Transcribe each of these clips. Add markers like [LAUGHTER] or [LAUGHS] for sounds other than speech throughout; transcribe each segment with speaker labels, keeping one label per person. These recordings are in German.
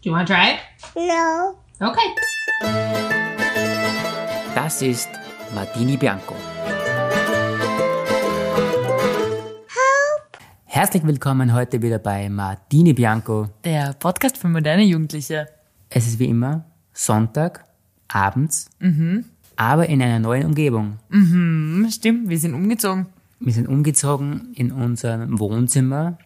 Speaker 1: Do you want to try it?
Speaker 2: No.
Speaker 1: Okay.
Speaker 3: Das ist Martini Bianco. Herzlich willkommen heute wieder bei Martini Bianco.
Speaker 4: Der Podcast für moderne Jugendliche.
Speaker 3: Es ist wie immer Sonntag, abends, aber in einer neuen Umgebung.
Speaker 4: Hm, stimmt, wir sind umgezogen
Speaker 3: Wir sind umgezogen in unserem Wohnzimmer,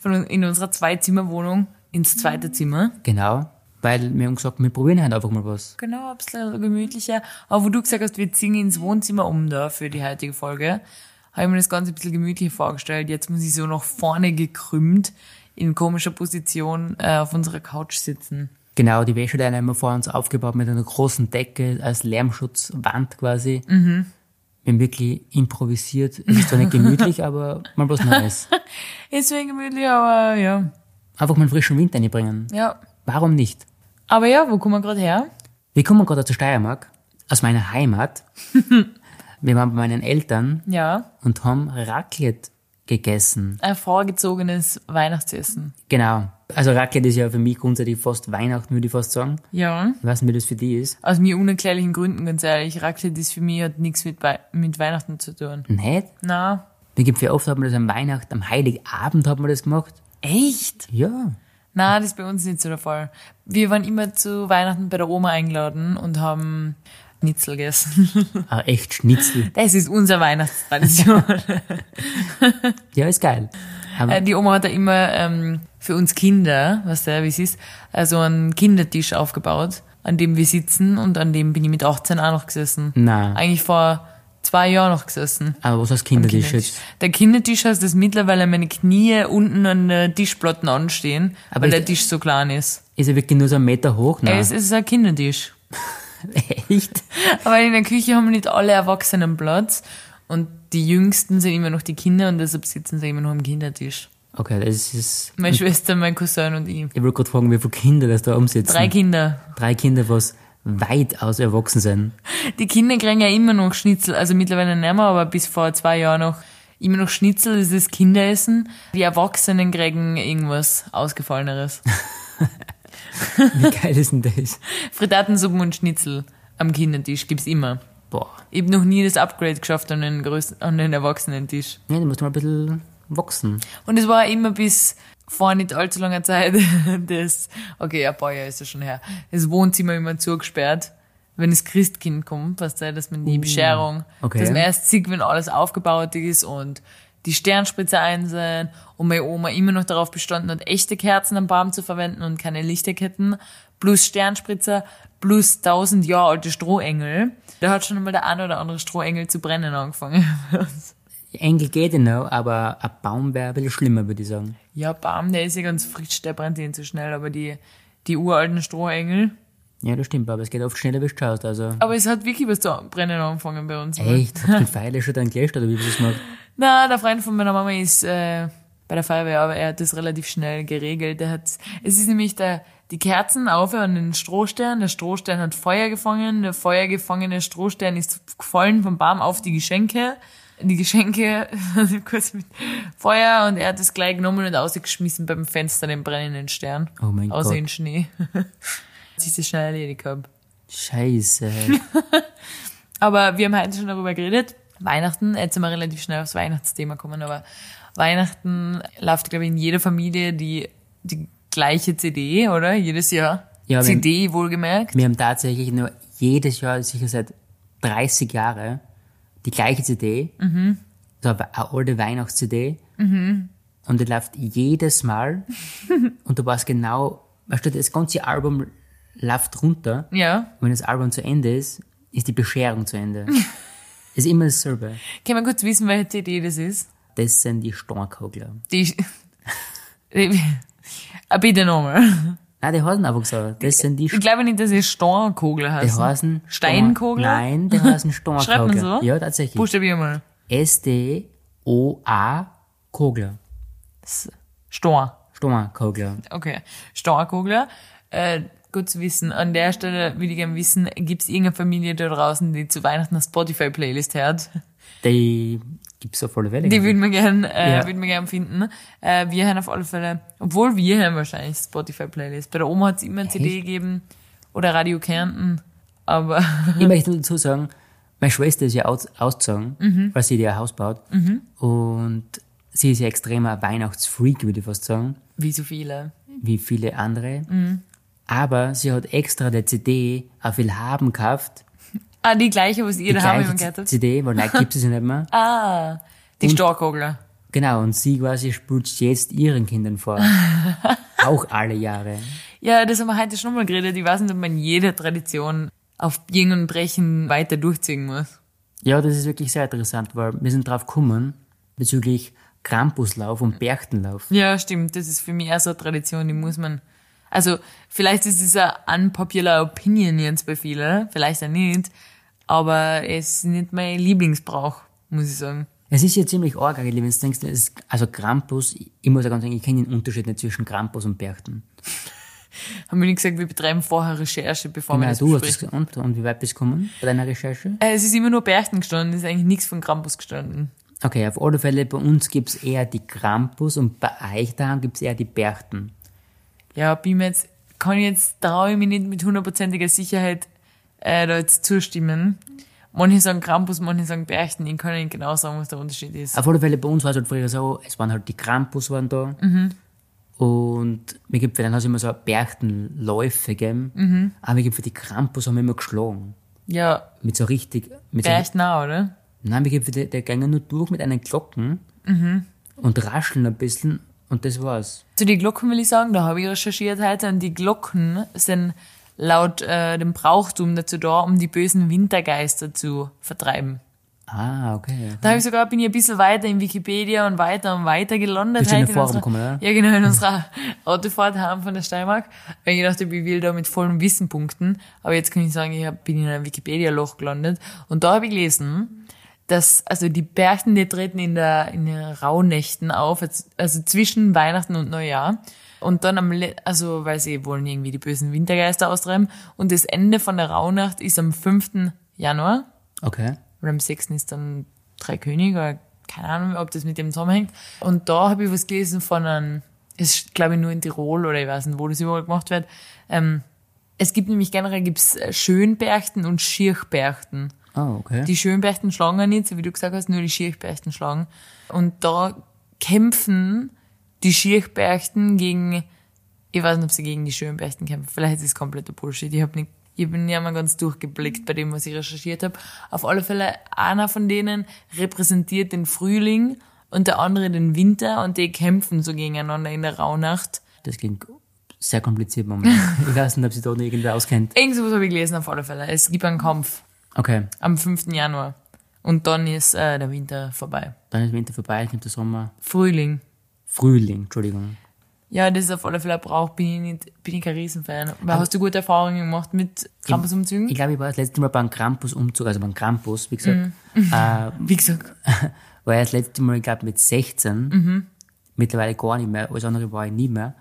Speaker 4: von un- in unserer Zwei-Zimmer-Wohnung ins zweite Zimmer.
Speaker 3: genau, weil wir haben gesagt, wir probieren halt einfach mal was.
Speaker 4: Genau, ein bisschen gemütlicher. Aber wo du gesagt hast, wir ziehen ins Wohnzimmer um da für die heutige Folge, habe ich mir das Ganze ein bisschen gemütlicher vorgestellt. Jetzt muss ich so nach vorne gekrümmt in komischer Position äh, auf unserer Couch sitzen.
Speaker 3: Genau, die Wäscheleine haben wir vor uns aufgebaut mit einer großen Decke als Lärmschutzwand quasi. Wir haben wirklich improvisiert. Es ist zwar nicht gemütlich, aber mal was Neues.
Speaker 4: Ist wenig gemütlich, aber ja.
Speaker 3: Einfach mal einen frischen Wind einbringen.
Speaker 4: Ja.
Speaker 3: Warum nicht?
Speaker 4: Aber ja, wo kommen wir gerade her?
Speaker 3: Wir kommen gerade aus der Steiermark, aus meiner Heimat. wir waren bei meinen Eltern
Speaker 4: Ja.
Speaker 3: und haben Raclette gegessen.
Speaker 4: Ein vorgezogenes Weihnachtsessen.
Speaker 3: Genau. Also Raclette ist ja für mich grundsätzlich fast Weihnachten, würde ich fast sagen.
Speaker 4: Ja.
Speaker 3: Ich weiß nicht, wie das für die ist.
Speaker 4: Aus mir unerklärlichen Gründen, ganz ehrlich. Raclette ist für mich hat nichts mit, Wei- mit Weihnachten zu tun.
Speaker 3: Nicht?
Speaker 4: Na.
Speaker 3: Wie gibt oft hat man das am Weihnachten, am Heiligabend hat man das gemacht?
Speaker 4: Echt?
Speaker 3: Ja.
Speaker 4: Na, das ist bei uns nicht so der Fall. Wir waren immer zu Weihnachten bei der Oma eingeladen und haben Schnitzel gegessen. [LAUGHS]
Speaker 3: Ah, echt Schnitzel.
Speaker 4: Das ist unsere Weihnachtstradition.
Speaker 3: Ja, ist geil. Aber
Speaker 4: Äh, Die Oma hat da immer ähm, für uns Kinder, was der, wie es ist, also einen Kindertisch aufgebaut, an dem wir sitzen und an dem bin ich mit 18 auch noch gesessen.
Speaker 3: Na.
Speaker 4: Eigentlich vor zwei Jahren noch gesessen.
Speaker 3: aber was heißt Kindertisch jetzt?
Speaker 4: Der Kindertisch heißt, dass mittlerweile meine Knie unten an der Tischplatte anstehen,
Speaker 3: Aber
Speaker 4: weil
Speaker 3: ich-
Speaker 4: der Tisch so klein ist.
Speaker 3: Ist er wirklich nur so einen Meter hoch? Nein.
Speaker 4: Es ist ein Kindertisch.
Speaker 3: [LAUGHS] echt?
Speaker 4: Aber in der Küche haben nicht alle Erwachsenen Platz und die Jüngsten sind immer noch die Kinder und deshalb sitzen sie immer noch am Kindertisch.
Speaker 3: Okay, das ist...
Speaker 4: Meine Schwester, mein Cousin und ich.
Speaker 3: Ich wollte gerade fragen, wie viele Kinder das da umsitzen.
Speaker 4: Drei Kinder.
Speaker 3: Drei Kinder, was weitaus erwachsen sind.
Speaker 4: Die Kinder kriegen ja immer noch Schnitzel, also mittlerweile nicht mehr, aber bis vor zwei Jahren noch immer noch Schnitzel, das ist Kinderessen. Die Erwachsenen kriegen irgendwas Ausgefalleneres.
Speaker 3: Wie geil ist denn das?
Speaker 4: Frittatensuppen und Schnitzel am Kindertisch gibt's immer.
Speaker 3: Boah.
Speaker 4: Ich hab noch nie das Upgrade geschafft an den, größten, an den Erwachsenentisch.
Speaker 3: Ja, da musst du mal ein bisschen wachsen.
Speaker 4: Und es war immer bis vor nicht allzu langer Zeit [LAUGHS] das, okay, ein paar Jahre ist das schon her, das Wohnzimmer immer zugesperrt, wenn das Christkind kommt, was sei, dass man die Bescherung,
Speaker 3: okay.
Speaker 4: dass man erst sieht, wenn alles aufgebaut ist und die Sternspritze ein sind und meine Oma immer noch darauf bestanden hat, echte Kerzen am Baum zu verwenden und keine Lichterketten, plus Sternspritzer, plus tausend Jahre alte Strohengel. Da hat schon einmal der ein oder andere Strohengel zu brennen angefangen. [LAUGHS]
Speaker 3: Engel geht ja noch, aber ein Baum wäre ein bisschen schlimmer, würde ich sagen.
Speaker 4: Ja, Bam, der ist ja ganz frisch, der brennt eh nicht so schnell, aber die, die uralten Strohengel.
Speaker 3: Ja, das stimmt, aber es geht oft schneller, wie du schaust. Also,
Speaker 4: Aber es hat wirklich was zu brennen angefangen bei uns.
Speaker 3: echt? Hast du den Pfeil schon dann gelöscht oder wie hast du das gemacht?
Speaker 4: Na, der Freund von meiner Mama ist äh, bei der Feuerwehr, aber er hat das relativ schnell geregelt. Er hat, es ist nämlich der, die Kerzen aufhören, den Strohstern. Der Strohstern hat Feuer gefangen. Der Feuer gefangene Strohstern ist gefallen vom Baum auf die Geschenke. Die Geschenke [LAUGHS] also kurz mit Feuer und er hat es gleich genommen und ausgeschmissen beim Fenster den brennenden Stern.
Speaker 3: Oh mein
Speaker 4: Außer
Speaker 3: Gott.
Speaker 4: in Schnee. [LAUGHS] Als ich das schnell erledigt habe.
Speaker 3: Scheiße.
Speaker 4: Aber wir haben heute schon darüber geredet. Weihnachten, jetzt sind wir relativ schnell aufs Weihnachtsthema gekommen, aber Weihnachten läuft, glaube ich, in jeder Familie die, die gleiche CD, oder? Jedes Jahr.
Speaker 3: Ja, wir-
Speaker 4: CD wohlgemerkt.
Speaker 3: Wir haben tatsächlich nur jedes Jahr, sicher seit 30 Jahren, die gleiche CD. So eine eine alte Weihnachts-CD. Und die läuft jedes
Speaker 4: [LAUGHS]
Speaker 3: Mal. und du weißt genau, weißt du, das ganze Album läuft runter.
Speaker 4: Ja.
Speaker 3: Und wenn das Album zu Ende ist, ist die Bescherung zu
Speaker 4: [LAUGHS]
Speaker 3: Ende. ist immer dasselbe.
Speaker 4: Können wir kurz wissen, welche CD das ist?
Speaker 3: Das sind die Stornkogler.
Speaker 4: Die. [LAUGHS] Ah, Bitte nochmal.
Speaker 3: Nein, die heißen einfach so. Das sind die
Speaker 4: Ich glaube nicht, dass es Stornkogler
Speaker 3: die
Speaker 4: heißt.
Speaker 3: heißen Storn-
Speaker 4: Steinkogler?
Speaker 3: Nein,
Speaker 4: [LAUGHS]
Speaker 3: die heißen Stornkogler.
Speaker 4: Schreibt man so?
Speaker 3: Ja, tatsächlich.
Speaker 4: Buchstabier mal.
Speaker 3: S-T-O-A Kogler.
Speaker 4: Storn.
Speaker 3: Stornkogler.
Speaker 4: Okay. Storkogler. Äh, gut zu wissen. An
Speaker 3: [LAUGHS]
Speaker 4: der Stelle würde ich gerne wissen, gibt es irgendeine Familie da draußen, die zu Weihnachten eine Spotify-Playlist hört?
Speaker 3: Die gibt's auf alle Fälle.
Speaker 4: Die würden wir gern, äh,
Speaker 3: Ja.
Speaker 4: würden wir gern finden. Äh, wir haben auf alle Fälle, obwohl wir haben wahrscheinlich Spotify-Playlist. Bei der Oma hat's immer eine CD gegeben oder Radio Kärnten. Aber
Speaker 3: Ich möchte nur dazu sagen, meine Schwester ist ja aus, ausgezogen,
Speaker 4: Mhm.
Speaker 3: weil sie ihr Haus baut. Und sie ist ja extremer Weihnachtsfreak, würde ich fast sagen,
Speaker 4: [LAUGHS] wie so viele.
Speaker 3: wie viele andere.
Speaker 4: Mhm.
Speaker 3: Aber sie hat extra der CD auf Willhaben gekauft.
Speaker 4: Ah, die gleiche, was ihr
Speaker 3: Die
Speaker 4: da haben
Speaker 3: gleiche
Speaker 4: immer gehört habt.
Speaker 3: CD, weil nein, gibt es ja nicht mehr.
Speaker 4: [LAUGHS] Ah, die Storkogler.
Speaker 3: Genau, und sie quasi spült jetzt ihren Kindern
Speaker 4: [LAUGHS]
Speaker 3: vor. Auch alle Jahre.
Speaker 4: Ja, das haben wir heute schon mal geredet. Ich weiß nicht, ob man jede Tradition auf Biegen und Brechen weiter durchziehen muss.
Speaker 3: Ja, das ist wirklich sehr interessant, weil wir sind drauf gekommen bezüglich Krampuslauf und Berchtenlauf.
Speaker 4: Ja, stimmt. Das ist für mich auch so eine Tradition, die muss man. Also, vielleicht ist es eine unpopular Opinion jetzt bei vielen, vielleicht auch nicht. Aber es ist nicht mein Lieblingsbrauch, muss ich sagen.
Speaker 3: Es ist ja ziemlich arg, eigentlich, wenn du denkst, es ist, also Krampus, ich muss ja ganz sagen, ich kenne den Unterschied nicht zwischen Krampus und Berchten.
Speaker 4: Haben wir nicht gesagt, wir betreiben vorher Recherche, bevor wir
Speaker 3: Na,
Speaker 4: das
Speaker 3: du hast es
Speaker 4: besprechen.
Speaker 3: gesagt, und wie weit bist du gekommen bei deiner Recherche?
Speaker 4: Äh, Es ist immer nur Berchten gestanden, es ist eigentlich nichts von Krampus gestanden.
Speaker 3: Okay, auf alle Fälle, bei uns gibt's eher die Krampus und bei euch daheim gibt's eher die Berchten.
Speaker 4: Ja, bin mir jetzt, kann ich jetzt, traue ich mich nicht mit hundertprozentiger Sicherheit äh, da jetzt zustimmen. Manche sagen Krampus, manche sagen Berchten. Ich kann nicht genau sagen, was der Unterschied ist.
Speaker 3: Auf alle Fälle, bei uns war es halt früher so, es waren halt die Krampus waren da.
Speaker 4: Mhm.
Speaker 3: Und mir gibt für den Haus immer so Berchtenläufe gegeben.
Speaker 4: Mhm.
Speaker 3: Aber mir gibt für die Krampus haben wir immer geschlagen.
Speaker 4: Ja,
Speaker 3: Mit so richtig, mit so,
Speaker 4: Berchten auch, oder?
Speaker 3: nein, mir gibt für die, der gingen nur durch mit einem Glocken.
Speaker 4: Mhm.
Speaker 3: Und rascheln ein bisschen. Und das war's.
Speaker 4: Zu den Glocken will ich sagen, da habe ich recherchiert heute und die Glocken sind laut äh, dem Brauchtum dazu da, um die bösen Wintergeister zu vertreiben.
Speaker 3: Ah, okay.
Speaker 4: Da habe ich sogar, bin ich ein bisschen weiter in Wikipedia und weiter und weiter gelandet.
Speaker 3: Bist du in
Speaker 4: heute
Speaker 3: den Forum
Speaker 4: unserer-
Speaker 3: gekommen, oder?
Speaker 4: Ja, genau, in unserer Autofahrt heim von der Steiermark. Weil ich gedacht habe, ich will da mit vollem Wissen punkten. Aber jetzt kann ich sagen, ich hab, bin in einem Wikipedia-Loch gelandet. Und da habe ich gelesen, dass, also die Berchten, die treten in der, in den Rauhnächten auf, als- also zwischen Weihnachten und Neujahr. Und dann am, le- also, weil sie wollen irgendwie die bösen Wintergeister austreiben. Und das Ende von der Rauhnacht ist am 5. Januar.
Speaker 3: Okay.
Speaker 4: Und am 6. ist dann Drei Könige, oder keine Ahnung, ob das mit dem zusammenhängt. Und da habe ich was gelesen von einem, es ist, glaube ich nur in Tirol oder ich weiß nicht, wo das überall gemacht wird. Ähm, es gibt nämlich generell gibt's äh, Schönberchten und Schirchberchten.
Speaker 3: Ah, okay.
Speaker 4: Die Schönberchten schlagen ja nicht, so wie du gesagt hast, nur die Schirchberchten schlagen. Und da kämpfen die Schirchberchten gegen, ich weiß nicht, ob sie gegen die Schönberchten kämpfen. Vielleicht ist es kompletter Bullshit. Ich habe nicht, ich bin ja mal ganz durchgeblickt bei dem, was ich recherchiert habe. Auf alle Fälle, einer von denen repräsentiert den Frühling und der andere den Winter und die kämpfen so gegeneinander in der Rauhnacht.
Speaker 3: das klingt sehr kompliziert momentan.
Speaker 4: [LAUGHS]
Speaker 3: ich weiß nicht, ob sie da noch irgendwer auskennt.
Speaker 4: Irgend sowas habe ich gelesen, auf alle Fälle. Es gibt einen Kampf
Speaker 3: Okay.
Speaker 4: am 5. Januar. Und dann ist äh, der Winter vorbei.
Speaker 3: Dann ist Winter vorbei, dann kommt der Sommer.
Speaker 4: Frühling.
Speaker 3: Frühling, Entschuldigung.
Speaker 4: Ja, das ist auf alle Fälle ein Brauch, bin ich, nicht, bin ich kein Riesenfan. Weil hast du gute Erfahrungen gemacht mit
Speaker 3: Ich
Speaker 4: Campusumzügen?
Speaker 3: glaube, ich war das letzte Mal beim Krampus-Umzug, also beim Krampus, wie gesagt,
Speaker 4: Mhm.
Speaker 3: äh,
Speaker 4: Wie gesagt.
Speaker 3: war ich das letzte Mal, ich glaube, mit 16.
Speaker 4: Mhm.
Speaker 3: Mittlerweile gar nicht mehr, alles andere war ich nie mehr.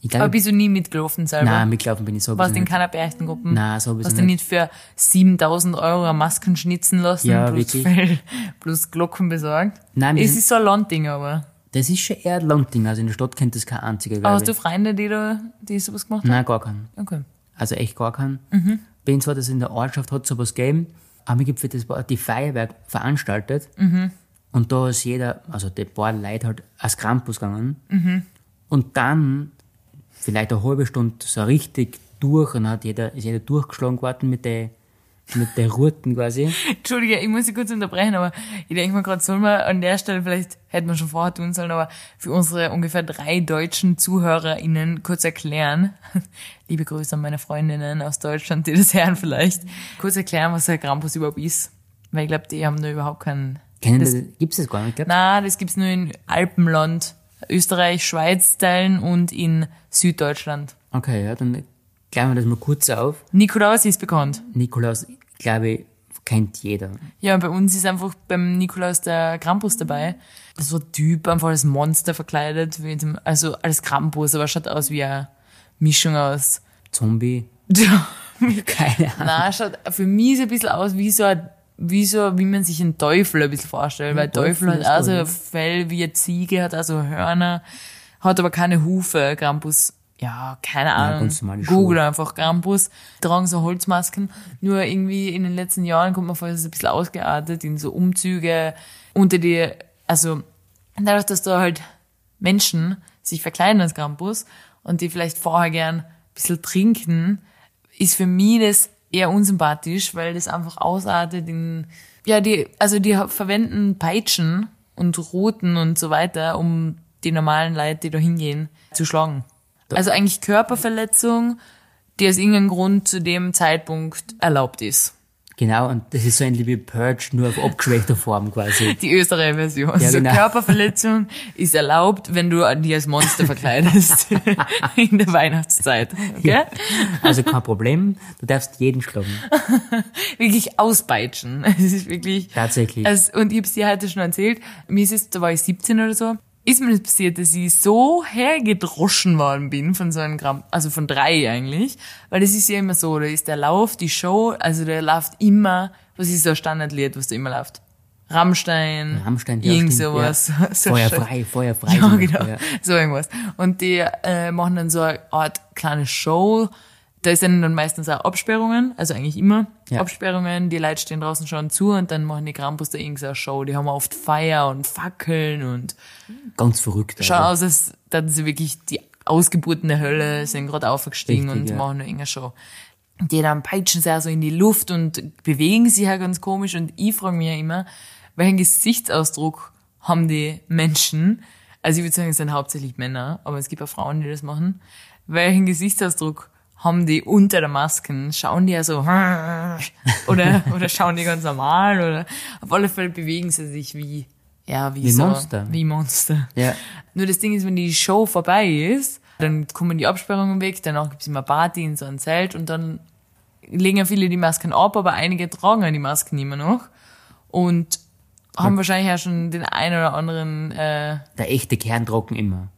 Speaker 3: Ich
Speaker 4: Aber
Speaker 3: glaube,
Speaker 4: bist du nie mitgelaufen selber?
Speaker 3: ähm, nein, mitgelaufen bin ich so
Speaker 4: Warst in
Speaker 3: nicht.
Speaker 4: keiner Beachtengruppe?
Speaker 3: Nein, so ein bisschen
Speaker 4: Hm? Hast du nicht für 7000 Euro Masken schnitzen lassen
Speaker 3: Ja,
Speaker 4: plus,
Speaker 3: wirklich.
Speaker 4: Fell, [LAUGHS] plus Glocken besorgt?
Speaker 3: Nein, wir
Speaker 4: Es
Speaker 3: sind-
Speaker 4: ist so ein Landding aber.
Speaker 3: Das ist schon eher ein Langding, also in der Stadt kennt das kein einziger,
Speaker 4: Aber
Speaker 3: glaube
Speaker 4: hast
Speaker 3: ich.
Speaker 4: du Freunde, die da, die sowas gemacht haben?
Speaker 3: Nein, gar keinen.
Speaker 4: Okay.
Speaker 3: Also echt gar keinen.
Speaker 4: Mhm.
Speaker 3: Bin zwar, dass in der Ortschaft hat sowas gegeben, aber mir gibt für das war die Feuerwerk veranstaltet.
Speaker 4: Mhm.
Speaker 3: Und da ist jeder, also die paar Leute halt als Krampus gegangen.
Speaker 4: Mhm.
Speaker 3: Und dann, vielleicht eine halbe Stunde so richtig durch, und hat jeder, ist jeder durchgeschlagen worden mit der, mit der Ruten quasi.
Speaker 4: [LAUGHS] Entschuldige, ich muss Sie kurz unterbrechen, aber ich denke mir gerade, soll man an der Stelle, vielleicht hätten wir schon vorher tun sollen, aber für unsere ungefähr drei deutschen ZuhörerInnen kurz erklären. [LAUGHS] Liebe Grüße an meine Freundinnen aus Deutschland, die das hören vielleicht. Kurz erklären, was der Krampus überhaupt ist. Weil ich glaube, die haben da überhaupt keinen...
Speaker 3: Kennen
Speaker 4: Das-
Speaker 3: das, gibt's das gar nicht, glaub ich.
Speaker 4: Na, das gibt's nur in Alpenland, Österreich, Schweiz Teilen und in Süddeutschland.
Speaker 3: Okay, ja, dann klären wir das mal kurz auf.
Speaker 4: Nikolaus ist bekannt.
Speaker 3: Nikolaus, glaube ich, kennt jeder.
Speaker 4: Ja, und bei uns ist einfach beim Nikolaus der Krampus dabei. Das war ein Typ, einfach als Monster verkleidet, mit dem, also als Krampus, aber schaut aus wie eine Mischung aus. [LAUGHS]
Speaker 3: Zombie, [LAUGHS]
Speaker 4: Ja.
Speaker 3: keine Ahnung.
Speaker 4: Na, schaut für mich so ein bisschen aus wie so ein wie so, wie man sich einen Teufel ein bisschen vorstellt, weil
Speaker 3: Teufel
Speaker 4: Teufel hat
Speaker 3: ist
Speaker 4: also
Speaker 3: gut.
Speaker 4: ein Fell wie eine Ziege, hat also Hörner, hat aber keine Hufe, Krampus. Ja, keine Ahnung.
Speaker 3: ganz normale Schuhe.
Speaker 4: Google einfach Krampus, tragen so Holzmasken. Nur irgendwie in den letzten Jahren kommt man vor, es ist ein bisschen ausgeartet in so Umzüge unter die, also dadurch, dass da halt Menschen sich verkleiden als Krampus und die vielleicht vorher gern ein bisschen trinken, ist für mich das eher unsympathisch, weil das einfach ausartet in, ja, die, also die verwenden Peitschen und Ruten und so weiter, um die normalen Leute, die da hingehen, zu schlagen. Also eigentlich Körperverletzung, die aus irgendeinem Grund zu dem Zeitpunkt erlaubt ist.
Speaker 3: Genau, und das ist so ein Little Purge, nur auf abgeschwächter Form quasi.
Speaker 4: Die österreichische Version. also
Speaker 3: genau.
Speaker 4: Körperverletzung ist erlaubt, wenn du dich als Monster verkleidest in der Weihnachtszeit. Okay?
Speaker 3: Also kein Problem, du darfst jeden schlagen.
Speaker 4: wirklich auspeitschen. [LAUGHS] Es ist wirklich.
Speaker 3: Tatsächlich.
Speaker 4: Also, und ich hab's dir heute schon erzählt. Mir ist es, da war ich 17 oder so, ist mir das passiert, dass ich so hergedroschen worden bin von so einem Gramm, also von drei eigentlich. Weil das ist ja immer so, da ist der Lauf, die Show, also der läuft immer, was ist so ein Standardlied, was da immer läuft? Rammstein,
Speaker 3: Rammstein, ja,
Speaker 4: irgend
Speaker 3: stimmt,
Speaker 4: sowas.
Speaker 3: ja.
Speaker 4: [LAUGHS] So
Speaker 3: Feuer
Speaker 4: Scheiß.
Speaker 3: frei, Feuer frei.
Speaker 4: Ja,
Speaker 3: zum Beispiel,
Speaker 4: genau.
Speaker 3: ja.
Speaker 4: So irgendwas. Und die äh, machen dann so eine Art kleine Show. Da ist dann, dann meistens auch Absperrungen, also eigentlich immer
Speaker 3: Ja.
Speaker 4: Absperrungen. Die Leute stehen draußen schon zu und dann machen die Krampus da irgendeine Show. Die haben oft Feier und Fackeln und
Speaker 3: Ganz verrückt.
Speaker 4: schauen
Speaker 3: also.
Speaker 4: aus, als dann sie wirklich die Ausgeburten der Hölle sind gerade aufgestiegen
Speaker 3: Richtig,
Speaker 4: und
Speaker 3: ja.
Speaker 4: machen nur irgendeine Show. Und Die dann peitschen sie auch so in die Luft und bewegen sich ja ganz komisch und ich frage mich ja immer, welchen Gesichtsausdruck haben die Menschen? Also ich würde sagen, es sind hauptsächlich Männer, aber es gibt auch Frauen, die das machen. Welchen Gesichtsausdruck haben die unter der Masken? Schauen die ja so [LAUGHS] oder, oder schauen die ganz normal oder auf alle Fälle bewegen sie sich wie, ja, wie,
Speaker 3: Wie
Speaker 4: so,
Speaker 3: Monster.
Speaker 4: Wie Monster.
Speaker 3: Ja.
Speaker 4: Nur das Ding ist, wenn die Show vorbei ist, dann kommen die Absperrungen weg, danach gibt's immer Party in so einem Zelt und dann legen ja viele die Masken ab, aber einige tragen ja die Masken immer noch und haben wahrscheinlich ja schon den einen oder anderen, äh,
Speaker 3: Der echte Kern trocken immer.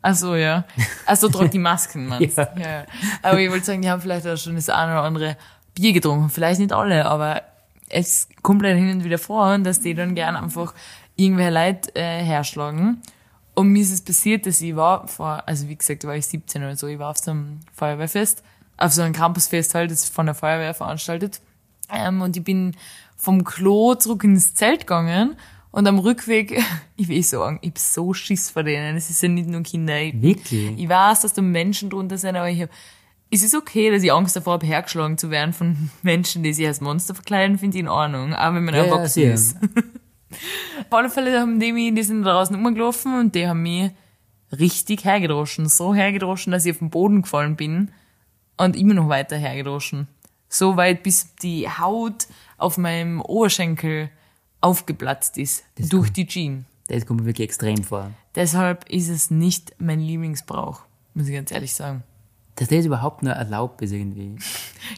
Speaker 4: ach so, ja. Ach so, tragt die Masken,
Speaker 3: [LAUGHS]
Speaker 4: meinst
Speaker 3: Ja.
Speaker 4: ja. Ja, ja. Aber ich wollte sagen, die haben vielleicht auch schon das eine oder andere Bier getrunken. Vielleicht nicht alle, aber es kommt leider hin und wieder vor, dass die dann gern einfach irgendwelche Leute äh, herschlagen. Und mir ist es passiert, dass ich war vor, also wie gesagt, da war ich 17 oder so, ich war auf so einem Feuerwehrfest, auf so einem Campusfest halt, das von der Feuerwehr veranstaltet. Ähm, und ich bin vom Klo zurück ins Zelt gegangen und am Rückweg, [LAUGHS] ich will sagen, ich hab so Schiss vor denen, es ist ja nicht nur Kinder, ich
Speaker 3: Wirklich?
Speaker 4: ich weiß, dass da Menschen drunter sind, aber ich hab, es ist okay, dass ich Angst davor habe, hergeschlagen zu werden von [LAUGHS] Menschen, die sich als Monster verkleiden, finde ich in Ordnung, auch wenn man
Speaker 3: Ja, ja,
Speaker 4: erwachsen
Speaker 3: sicher.
Speaker 4: ist. Auf alle Fälle haben die mich, die sind draußen rumgelaufen und die haben mich richtig hergedroschen. So hergedroschen, dass ich auf den Boden gefallen bin und immer noch weiter hergedroschen. So weit, bis die Haut auf meinem Oberschenkel aufgeplatzt ist. durch die Jeans.
Speaker 3: Das kommt mir wirklich extrem vor.
Speaker 4: Deshalb ist es nicht mein Lieblingsbrauch, muss ich ganz ehrlich sagen.
Speaker 3: Dass das überhaupt nur erlaubt ist irgendwie.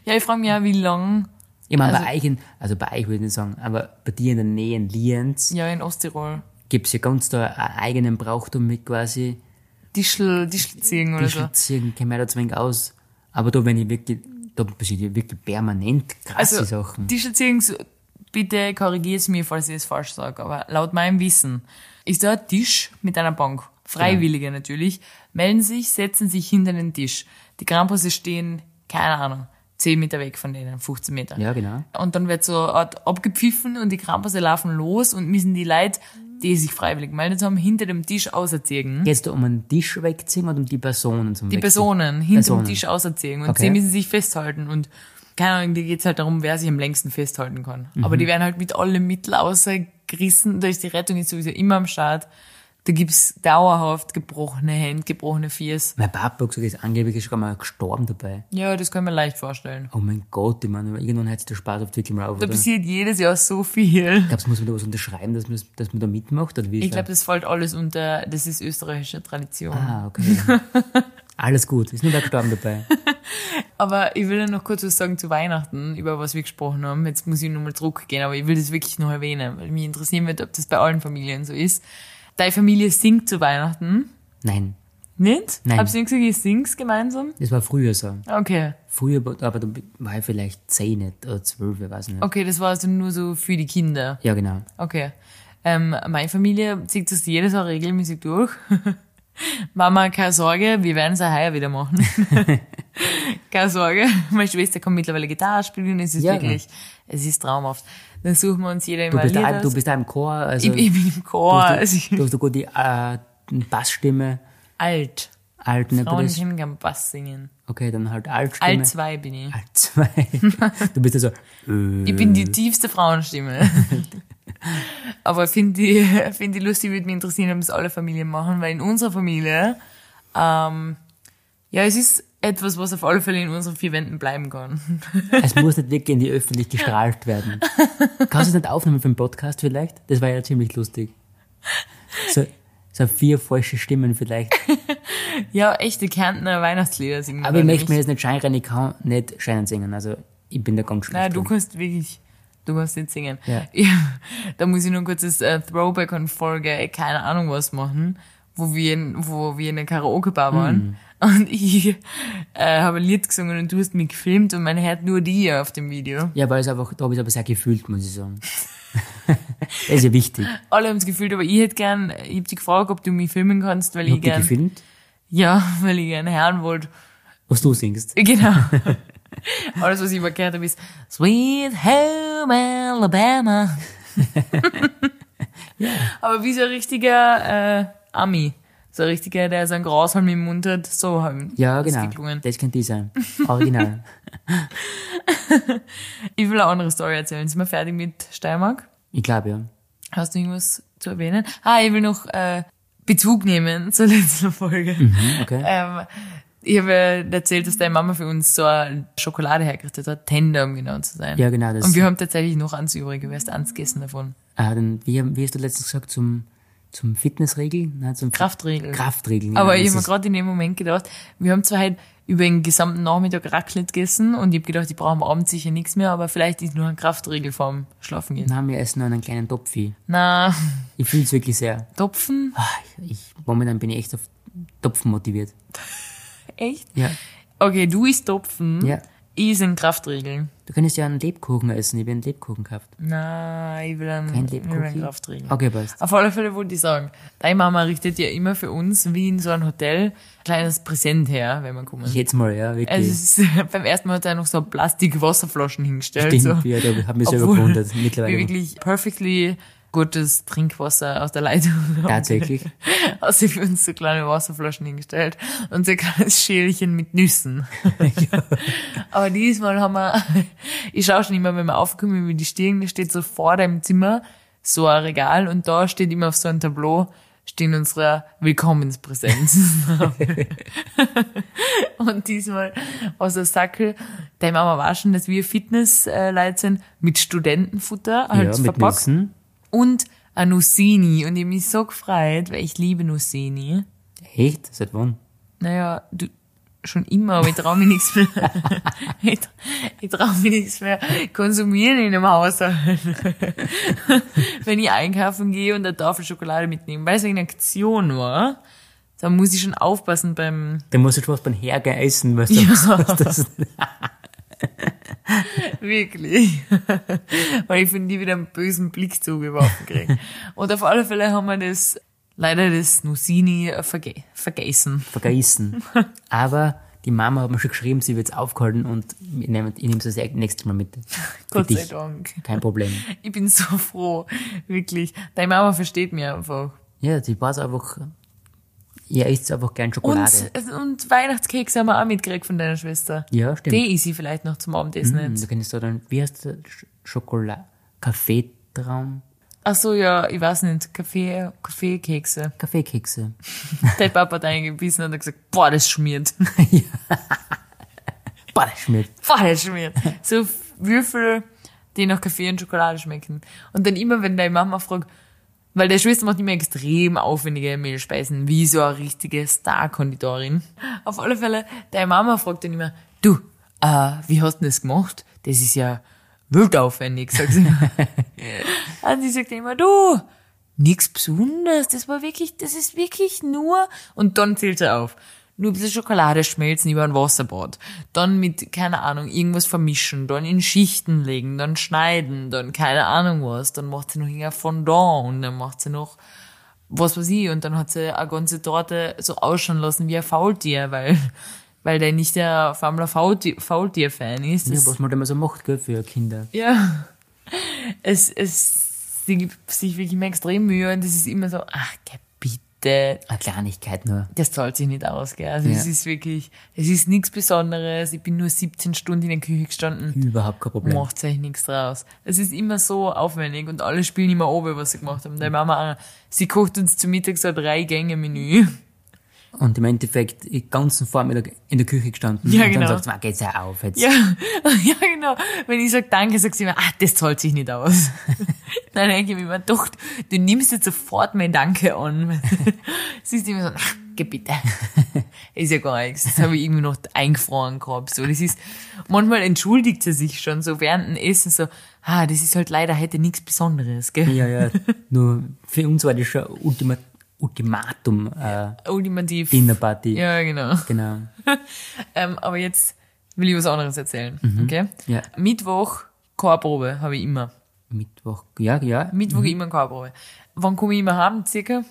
Speaker 4: Ja, ich frage mich ja, wie lang,
Speaker 3: Ich meine,
Speaker 4: Also-
Speaker 3: bei euch, in, also bei euch würde ich nicht sagen, aber bei dir in der Nähe in Lienz
Speaker 4: ja, in Osttirol,
Speaker 3: gibt's ja ganz da einen eigenen Brauchtum mit quasi.
Speaker 4: Dischl, Dischl ziehen oder
Speaker 3: Die
Speaker 4: so.
Speaker 3: Schlitzchen kennen wir da zwingend aus. Aber da, wenn ich wirklich, da passiert ja wirklich permanent krasse
Speaker 4: Also,
Speaker 3: Sachen.
Speaker 4: Dischl ziehen, so- bitte korrigiert mir, falls ich es falsch sage, aber laut meinem Wissen ist da ein Tisch mit einer Bank. Freiwillige natürlich, melden sich, setzen sich hinter den Tisch. Die Krampusse stehen, keine Ahnung, 10 Meter weg von denen, 15 Meter.
Speaker 3: Ja, genau.
Speaker 4: Und dann wird so eine Art abgepfiffen und die Krampusse laufen los und müssen die Leute, die sich freiwillig gemeldet haben, hinter dem Tisch auserziehen.
Speaker 3: Geht's da um einen Tisch wegziehen oder um die Personen zum
Speaker 4: Die
Speaker 3: Wegziehen?
Speaker 4: Personen hinter
Speaker 3: Personen.
Speaker 4: dem Tisch auserziehen und
Speaker 3: Okay.
Speaker 4: sie müssen sich festhalten und keine Ahnung, da geht's halt darum, wer sich am längsten festhalten kann.
Speaker 3: Mhm.
Speaker 4: Aber die werden halt mit allen Mitteln außergerissen, da ist die Rettung ist sowieso immer am Start. Da gibt's dauerhaft gebrochene Hände, gebrochene Fiers.
Speaker 3: Mein Papa hat gesagt, er ist angeblich sogar mal gestorben dabei.
Speaker 4: Ja, das kann man leicht vorstellen.
Speaker 3: Oh mein Gott, ich meine, irgendwann hat sich der Spaß auf Twickel mal auf, oder?
Speaker 4: Da
Speaker 3: Ich
Speaker 4: passiert jedes Jahr so viel.
Speaker 3: glaube, muss man da was unterschreiben, dass man, das- dass man da mitmacht, oder wie? ist
Speaker 4: Ich glaube,
Speaker 3: das?
Speaker 4: das fällt alles unter, das ist österreichische Tradition.
Speaker 3: Ah, okay.
Speaker 4: [LAUGHS]
Speaker 3: Alles gut, ist nur der gestorben dabei.
Speaker 4: Aber ich will ja noch kurz was sagen zu Weihnachten, über was wir gesprochen haben. Jetzt muss ich nochmal zurückgehen, aber ich will das wirklich noch erwähnen, weil mich interessieren wird, ob das bei allen Familien so ist. Deine Familie singt zu Weihnachten.
Speaker 3: Nein,
Speaker 4: Nicht?
Speaker 3: Nein.
Speaker 4: Habt ihr nicht gesagt, ihr sing's gemeinsam?
Speaker 3: Das war früher so.
Speaker 4: Okay.
Speaker 3: Früher, aber da war ich vielleicht 10 nicht oder 12, ich weiß nicht.
Speaker 4: Okay, das war also nur so für die Kinder.
Speaker 3: Ja, genau.
Speaker 4: Okay. Ähm, meine Familie zieht das jedes Jahr regelmäßig durch. [LAUGHS] Mama, keine Sorge, wir werden es auch heuer wieder machen. [LAUGHS] keine Sorge. Meine Schwester kann mittlerweile Gitarre spielen und es ist
Speaker 3: Ja.
Speaker 4: wirklich, es ist traumhaft. Dann suchen wir uns jeder
Speaker 3: Du
Speaker 4: immer
Speaker 3: bist,
Speaker 4: Lieder
Speaker 3: auch, du
Speaker 4: aus.
Speaker 3: bist auch im Chor, also
Speaker 4: Ich, ich bin im
Speaker 3: du,
Speaker 4: Chor.
Speaker 3: hast,
Speaker 4: Also
Speaker 3: du,
Speaker 4: ich,
Speaker 3: du hast eine gute äh, Bassstimme,
Speaker 4: [LAUGHS] alt.
Speaker 3: alt, ne?
Speaker 4: Frauen
Speaker 3: gutes-
Speaker 4: können gern Bass singen.
Speaker 3: Okay, dann halt Altstimme.
Speaker 4: Alt zwei bin ich.
Speaker 3: Alt zwei. du bist ja so, äh,
Speaker 4: Ich bin die
Speaker 3: [LAUGHS]
Speaker 4: tiefste Frauenstimme. Aber finde ich, find ich lustig, würde mich interessieren, ob es alle Familien machen, weil in unserer Familie, ähm, ja, es ist etwas, was auf alle Fälle in unseren vier Wänden bleiben kann. [LAUGHS]
Speaker 3: es muss nicht wirklich in die Öffentlich gestrahlt werden. Kannst du das nicht aufnehmen für einen Podcast vielleicht? Das war ja ziemlich lustig. So, so vier falsche Stimmen
Speaker 4: [LAUGHS]
Speaker 3: vielleicht.
Speaker 4: Ja, echte Kärntner Weihnachtslieder singen.
Speaker 3: Aber ich
Speaker 4: wir
Speaker 3: möchte mir
Speaker 4: nämlich.
Speaker 3: jetzt nicht scheinrein, ich kann nicht scheinen singen. Also ich bin da ganz schlecht.
Speaker 4: Nein, du
Speaker 3: drin.
Speaker 4: kannst wirklich, du kannst nicht singen. [LAUGHS]
Speaker 3: Ja.
Speaker 4: da muss ich nur ein kurzes äh, Throwback an Folge, äh, keine Ahnung was machen, wo wir in, wo wir in einer
Speaker 3: Hm.
Speaker 4: Karaoke-Bar waren. [LAUGHS] Und ich äh, habe ein Lied gesungen und du hast mich gefilmt und man hört nur die auf dem Video.
Speaker 3: Ja, weil es einfach, da habe ich es aber sehr gefühlt, muss ich sagen. [LAUGHS] das ist ja wichtig.
Speaker 4: Alle haben es gefühlt, aber ich hätte gern, ich habe dich gefragt, ob du mich filmen kannst, weil
Speaker 3: Ich
Speaker 4: ich,
Speaker 3: habe dich
Speaker 4: gern,
Speaker 3: gefilmt,
Speaker 4: ja, [LAUGHS] weil ich gern hören wollte.
Speaker 3: was du singst.
Speaker 4: Genau. [LAUGHS] Alles, was ich immer gehört habe, ist Sweet Home
Speaker 3: [LAUGHS]
Speaker 4: Alabama. Aber wie so ein richtiger äh, Ami. So ein richtiger, der so einen Grashalm im Mund hat. So haben
Speaker 3: Ja,
Speaker 4: das
Speaker 3: genau.
Speaker 4: geklungen.
Speaker 3: Das könnte ich sein.
Speaker 4: [LAUGHS]
Speaker 3: Original.
Speaker 4: Ich will eine andere Story erzählen. Sind wir fertig mit Steiermark?
Speaker 3: ich glaube, ja.
Speaker 4: Hast du irgendwas zu erwähnen? Ah, ich will noch äh, Bezug nehmen [LAUGHS] zur letzten Folge.
Speaker 3: Mhm. Okay.
Speaker 4: Ähm, ich habe äh, erzählt, dass deine Mama für uns so eine Schokolade hergerichtet hat, Tender, um genau zu sein.
Speaker 3: Ja, genau, das-
Speaker 4: Und wir haben tatsächlich noch eins übrig, du hast eins gegessen davon.
Speaker 3: Ah, dann, wie, haben- wie hast du letztens gesagt, zum, zum Fitnessregel? Nein, zum Fit-
Speaker 4: Kraftregel.
Speaker 3: Kraftregel.
Speaker 4: Aber
Speaker 3: ja,
Speaker 4: ich
Speaker 3: das
Speaker 4: habe mir
Speaker 3: ist-
Speaker 4: gerade in dem Moment gedacht, wir haben zwar halt über den gesamten Nachmittag Raclette gegessen und ich habe gedacht, ich brauche am Abend sicher nichts mehr, aber vielleicht ist nur ein Kraftregel vorm Schlafen gehen.
Speaker 3: Nein, wir essen nur einen kleinen Topfi.
Speaker 4: Na,
Speaker 3: Ich fühle es wirklich sehr.
Speaker 4: Topfen?
Speaker 3: Ah, Ich, momentan bin ich echt auf Topfen motiviert.
Speaker 4: Echt?
Speaker 3: Ja.
Speaker 4: Okay, du isst Topfen,
Speaker 3: Ja.
Speaker 4: ich sind Kraftregeln.
Speaker 3: Du könntest ja einen Lebkuchen essen. Ich bin einen Lebkuchen gehabt.
Speaker 4: Na, ich will
Speaker 3: Kein
Speaker 4: einen, ich will einen
Speaker 3: Lebkuchen.
Speaker 4: Kraftregel.
Speaker 3: Okay, passt.
Speaker 4: Auf alle Fälle wollte ich sagen, deine Mama richtet ja immer für uns, wie in so einem Hotel, ein kleines Präsent her, wenn wir kommen.
Speaker 3: Jetzt mal, ja, wirklich.
Speaker 4: Also es ist, [LAUGHS] beim ersten Mal hat er noch so Plastikwasserflaschen hingestellt.
Speaker 3: Stimmt,
Speaker 4: so.
Speaker 3: ja, da hab ich mich selber
Speaker 4: Obwohl
Speaker 3: gewundert,
Speaker 4: Wir
Speaker 3: mittlerweile.
Speaker 4: wirklich perfectly gutes Trinkwasser aus der Leitung haben. [LAUGHS]
Speaker 3: Tatsächlich.
Speaker 4: Also für uns so kleine Wasserflaschen hingestellt und so ein kleines Schälchen
Speaker 3: [LAUGHS]
Speaker 4: mit Nüssen. Aber diesmal haben wir, [LAUGHS] ich schaue schon immer, wenn wir aufkommen über die Stirn, da steht so vor deinem Zimmer so ein Regal und da steht immer auf so einem Tableau, stehen unsere Willkommenspräsenz. [LAUGHS] und diesmal aus der Sackel, deine Mama war schon, dass wir Fitnessleute sind, mit Studentenfutter, halt
Speaker 3: ja, mit
Speaker 4: verpackt
Speaker 3: Nüssen.
Speaker 4: und ein Nussini. Und ich hab mich so gefreut, weil ich liebe Nussini.
Speaker 3: Echt? Seit wann?
Speaker 4: Naja, du, schon immer, aber ich trau mich nichts mehr. [LAUGHS] ich, tra- ich trau mich nichts mehr konsumieren in einem Haushalt. [LAUGHS] Wenn ich einkaufen gehe und eine Tafel Schokolade mitnehme, weil es eine Aktion war, dann muss ich schon aufpassen beim
Speaker 3: Dann musst du schon was beim Hergen essen, weißt
Speaker 4: [LAUGHS]
Speaker 3: du? Was das,
Speaker 4: Wirklich. [LAUGHS] Weil ich von dir wieder einen bösen Blick zugeworfen krieg.
Speaker 3: [LAUGHS]
Speaker 4: Und auf alle Fälle haben wir das, leider das Nussini verge vergessen. [LAUGHS]
Speaker 3: vergessen. Aber die Mama hat mir schon geschrieben, sie wird's aufgehalten und ich nehme ich nehm's das nächste Mal
Speaker 4: [LAUGHS]
Speaker 3: mit. Für
Speaker 4: Gott sei
Speaker 3: dich.
Speaker 4: Dank.
Speaker 3: Kein Problem.
Speaker 4: Ich bin so froh. Wirklich. Deine Mama versteht mich einfach.
Speaker 3: Ja, die war's einfach, ihr isst einfach gern Schokolade.
Speaker 4: Und, äh, und Weihnachtskeks haben wir auch mitgekriegt von deiner Schwester.
Speaker 3: ja, stimmt.
Speaker 4: Die ist sie vielleicht noch zum Abendessen
Speaker 3: Mm,
Speaker 4: jetzt.
Speaker 3: Du kennst da dann, wie heißt der? Sch- Schokolade, Kaffeetraum,
Speaker 4: Ach so, ja, ich weiß nicht. Kaffee, Kaffeekekse.
Speaker 3: Kaffeekekse.
Speaker 4: Dein Papa hat eingebissen und hat gesagt, boah, das schmiert.
Speaker 3: Boah, das schmeckt.
Speaker 4: [LAUGHS] Voll schmiert. So Würfel, die nach Kaffee und Schokolade schmecken. Und dann immer, wenn deine Mama fragt, weil der Schwester macht immer extrem aufwendige Mehlspeisen, wie so eine richtige Star-Konditorin. Auf alle Fälle, deine Mama fragt dann immer, du, äh, wie hast du das gemacht? Das ist ja wild aufwendig, sagt sie immer. und sie sagt dann immer, du, nichts Besonderes. Das war wirklich, das ist wirklich nur, und dann zählt er auf. Nur ein bisschen Schokolade schmelzen über ein Wasserbad. Dann mit, keine Ahnung, irgendwas vermischen, dann in Schichten legen, dann schneiden, dann keine Ahnung was, dann macht sie noch irgendein Fondant und dann macht sie noch, was weiß ich, und dann hat sie eine ganze Torte so ausschauen lassen wie ein Faultier, weil, weil der nicht der Formula Faulti- Faultier-Fan ist.
Speaker 3: Ja,
Speaker 4: Das-
Speaker 3: was man da immer so macht, gell, für Kinder.
Speaker 4: ja. Es, es, sie gibt sich wirklich immer extrem Mühe und es ist immer so, ach, geh bitte.
Speaker 3: Eine Kleinigkeit nur.
Speaker 4: Das zahlt sich nicht aus, gell? Also
Speaker 3: Ja.
Speaker 4: es ist wirklich, es ist nichts Besonderes. Ich bin nur 17 Stunden in der Küche gestanden.
Speaker 3: Überhaupt kein Problem.
Speaker 4: Macht euch nichts draus. Es ist immer so aufwendig und alle spielen immer oben, was sie gemacht haben. Deine Mama, auch. sie kocht uns zu Mittag so ein Drei-Gänge-Menü.
Speaker 3: Und im Endeffekt, den ganzen Vormittag in der Küche gestanden.
Speaker 4: Ja,
Speaker 3: und
Speaker 4: genau.
Speaker 3: dann sagst du, ah, geht's ja auf jetzt.
Speaker 4: [LAUGHS] Ja, ja, genau. Wenn ich sag Danke, sagt sie immer, ah, das zahlt sich nicht aus. [LAUGHS] Dann denke ich mir immer, doch, du nimmst jetzt sofort mein Danke an. [LAUGHS] sie ist immer so, ach, geh bitte. [LAUGHS] Ist ja gar nichts. Das habe ich irgendwie noch eingefroren gehabt. So, das ist, manchmal entschuldigt sie sich schon so während dem Essen so, ah, das ist halt leider heute nichts Besonderes, gell?
Speaker 3: Ja,
Speaker 4: [LAUGHS]
Speaker 3: ja. Nur für uns war das schon ein Ultima Ultimatum äh,
Speaker 4: Ultimativ.
Speaker 3: Dinnerparty.
Speaker 4: Ja, genau.
Speaker 3: Genau.
Speaker 4: Ähm, aber jetzt will ich was anderes erzählen, okay?
Speaker 3: Mhm. Ja.
Speaker 4: Mittwoch, Chorprobe habe ich immer.
Speaker 3: Mittwoch. Ja, ja.
Speaker 4: Mittwoch immer Chorprobe. Wann komme ich immer haben? Circa?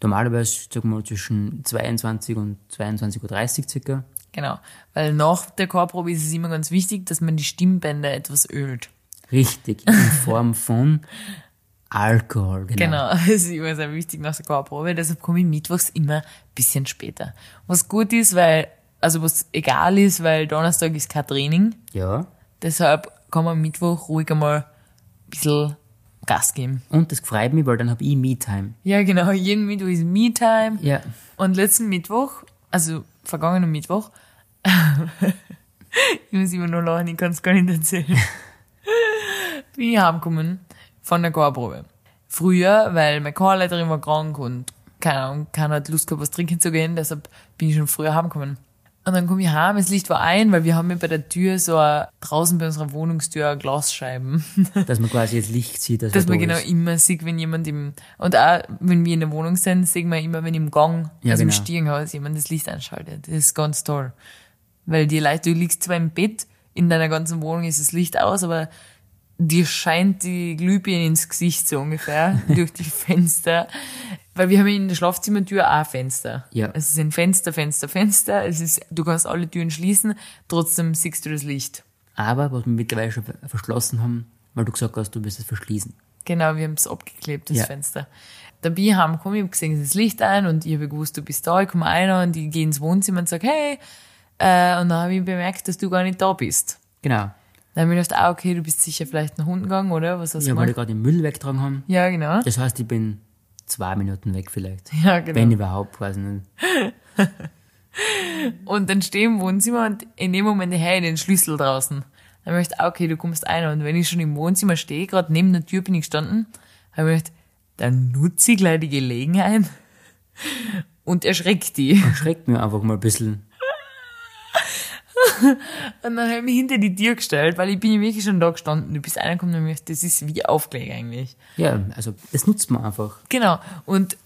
Speaker 3: Normalerweise, sag mal, zwischen 22 und 22.30 Uhr circa.
Speaker 4: Genau. Weil nach der Chorprobe ist es immer ganz wichtig, dass man die Stimmbänder etwas ölt.
Speaker 3: Richtig. In
Speaker 4: [LAUGHS]
Speaker 3: Form von Alkohol. Genau.
Speaker 4: Genau. [LAUGHS] Das ist immer sehr wichtig nach der Chorprobe. Deshalb komme ich mittwochs immer ein bisschen später. Was gut ist, weil, also was egal ist, weil Donnerstag ist kein Training.
Speaker 3: Ja.
Speaker 4: Deshalb kann man Mittwoch ruhig einmal ein bisschen Gas geben.
Speaker 3: Und das freut mich, weil dann habe ich Me-Time.
Speaker 4: Ja, genau. Jeden Mittwoch ist Me-Time.
Speaker 3: Ja.
Speaker 4: Und letzten Mittwoch, also vergangenen Mittwoch, [LAUGHS] ich muss immer nur lachen, ich kann es gar nicht erzählen, [LAUGHS] bin ich heimgekommen von der Chorprobe. Früher, weil meine Chorleiterin war krank und keine Ahnung, keiner hat Lust gehabt, was trinken zu gehen, deshalb bin ich schon früher heimgekommen. Und dann komme ich heim, das Licht war ein, weil wir haben ja bei der Tür so a, draußen bei unserer Wohnungstür Glasscheiben [LAUGHS]
Speaker 3: Dass man quasi jetzt Licht sieht, dass,
Speaker 4: dass
Speaker 3: man
Speaker 4: man
Speaker 3: da
Speaker 4: genau
Speaker 3: ist.
Speaker 4: immer sieht, wenn jemand im, und auch wenn wir in der Wohnung sind, sehen wir immer, wenn im Gang,
Speaker 3: Ja,
Speaker 4: also im
Speaker 3: genau.
Speaker 4: Stiegenhaus jemand das Licht anschaltet. Das ist ganz toll. Weil die Leute, du liegst zwar im Bett, in deiner ganzen Wohnung ist das Licht aus, aber dir scheint die Glühbirne ins Gesicht
Speaker 3: [LAUGHS]
Speaker 4: so ungefähr, durch die Fenster. Weil wir haben in der Schlafzimmertür auch Fenster.
Speaker 3: Ja.
Speaker 4: Es ist ein Fenster, Fenster, Fenster. Es ist, du kannst alle Türen schließen, trotzdem siehst du das Licht.
Speaker 3: Aber was wir mittlerweile schon ver- verschlossen haben, weil du gesagt hast, du wirst es verschließen.
Speaker 4: Genau, wir haben es abgeklebt, das
Speaker 3: Ja.
Speaker 4: Fenster. Da bin ich heimgekommen, ich habe gesehen, das Licht ein und ich habe gewusst, du bist da, ich komme einer und ich gehe ins Wohnzimmer und sage, hey, äh, und dann habe ich bemerkt, dass du gar nicht da bist.
Speaker 3: Genau.
Speaker 4: Dann habe ich gedacht, ah, okay, du bist sicher vielleicht nach unten gegangen, oder? Was hast du
Speaker 3: Ja, weil ich
Speaker 4: gemacht?
Speaker 3: gerade den Müll weggetragen haben.
Speaker 4: Ja, genau.
Speaker 3: Das heißt, ich bin zwei Minuten weg vielleicht.
Speaker 4: [LAUGHS] Ja, genau.
Speaker 3: Wenn überhaupt, quasi nicht.
Speaker 4: Und dann stehe ich im Wohnzimmer und in dem Moment, hey, den Schlüssel draußen. Dann habe ich gedacht, ah, okay, du kommst einer. Und wenn ich schon im Wohnzimmer stehe, gerade neben der Tür bin ich gestanden, habe ich gedacht, dann nutze ich gleich die Gelegenheit [LAUGHS] und erschreck die.
Speaker 3: Schreckt mir einfach mal ein bisschen.
Speaker 4: Und dann habe ich mich hinter die Tür gestellt, weil ich bin ja wirklich schon da gestanden. Du bist einer und mir das ist wie aufgelegt eigentlich.
Speaker 3: Ja, also das nutzt man einfach.
Speaker 4: Genau. Und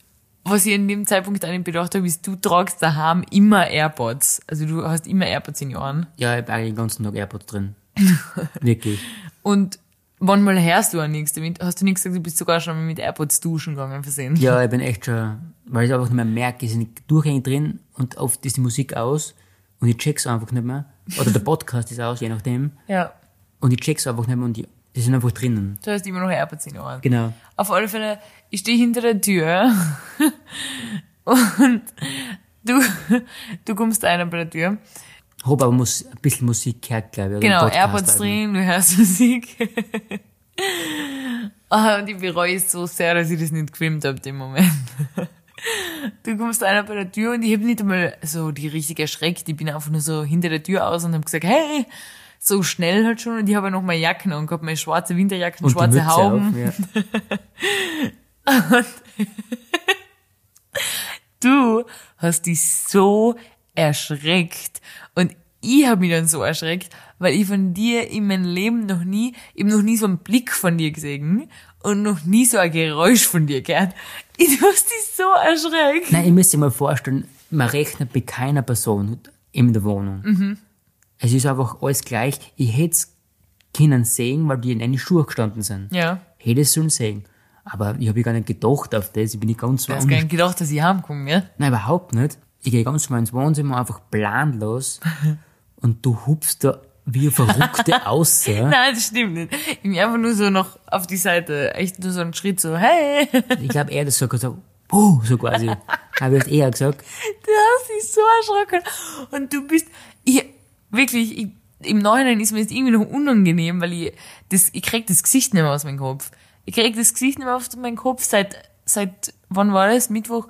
Speaker 4: was ich in dem Zeitpunkt an dem bedacht habe, ist, du tragst daheim immer AirPods. Also du hast immer AirPods in den Ohren.
Speaker 3: Ja, ich habe eigentlich den ganzen Tag AirPods
Speaker 4: [LAUGHS]
Speaker 3: drin. Wirklich.
Speaker 4: Und manchmal hörst du auch nichts damit. Hast du nichts gesagt, du bist sogar schon mal mit AirPods duschen gegangen versehen.
Speaker 3: Ja, ich bin echt schon, weil ich einfach nicht mehr merke, es sind durchgängig drin und oft ist die Musik aus und ich check's einfach nicht mehr. Oder der Podcast ist aus, je nachdem.
Speaker 4: ja.
Speaker 3: Und ich check's einfach nicht mehr und die, die sind einfach drinnen.
Speaker 4: Du hast immer noch AirPods in den Ohren.
Speaker 3: Genau.
Speaker 4: Auf alle Fälle, ich stehe hinter der Tür [LAUGHS] und du, du kommst einer bei der Tür.
Speaker 3: Hab aber muss, ein bisschen Musik gehört, glaube ich. oder
Speaker 4: Genau,
Speaker 3: Podcast
Speaker 4: AirPods
Speaker 3: halt.
Speaker 4: drin, du hörst Musik. [LAUGHS] Ah, und ich bereue es so sehr, dass ich das nicht gefilmt habe, den Moment. [LAUGHS] Du kommst einer bei der Tür und ich habe nicht einmal so die richtig erschreckt. Ich bin einfach nur so hinter der Tür aus und habe gesagt, hey, so schnell halt schon. Und ich habe noch meine Jacken angehabt, meine schwarze Winterjacken,
Speaker 3: Und die
Speaker 4: schwarze
Speaker 3: Mütze
Speaker 4: Hauben.
Speaker 3: Auf, ja.
Speaker 4: du hast dich so erschreckt. Und ich habe mich dann so erschreckt, weil ich von dir in meinem Leben noch nie, eben noch nie so einen Blick von dir gesehen. und noch nie so ein Geräusch von dir gehört. Ich muss dich so erschrecken.
Speaker 3: Nein, ihr müsst euch mal vorstellen, man rechnet mit keiner Person in der Wohnung.
Speaker 4: Mhm.
Speaker 3: Es ist einfach alles gleich. Ich hätte es können sehen, weil die in eine Schuhe gestanden sind.
Speaker 4: Ja.
Speaker 3: Hätte es sollen sehen. Aber ich habe gar nicht gedacht auf das. Ich bin nicht ganz so
Speaker 4: Du hast gar nicht gedacht, dass ich heimkomme, gell?
Speaker 3: Nein, überhaupt nicht. Ich gehe ganz normal ins Wohnzimmer, einfach
Speaker 4: [LAUGHS]
Speaker 3: planlos. und du hupfst da wie eine
Speaker 4: [LAUGHS]
Speaker 3: Verrückte aus. Ja?
Speaker 4: Nein, das stimmt nicht. Ich bin einfach nur so noch auf die Seite, echt nur so einen Schritt so, hey,
Speaker 3: Ich glaube, er hat das so gesagt, oh, so quasi. Habe ich eher gesagt.
Speaker 4: Du hast dich so erschrocken. Und du bist, ich, wirklich, ich, im Nachhinein ist mir jetzt irgendwie noch unangenehm, weil ich, das, ich krieg das Gesicht nicht mehr aus meinem Kopf. Ich krieg das Gesicht nicht mehr aus meinem Kopf seit, seit, wann war das? Mittwoch?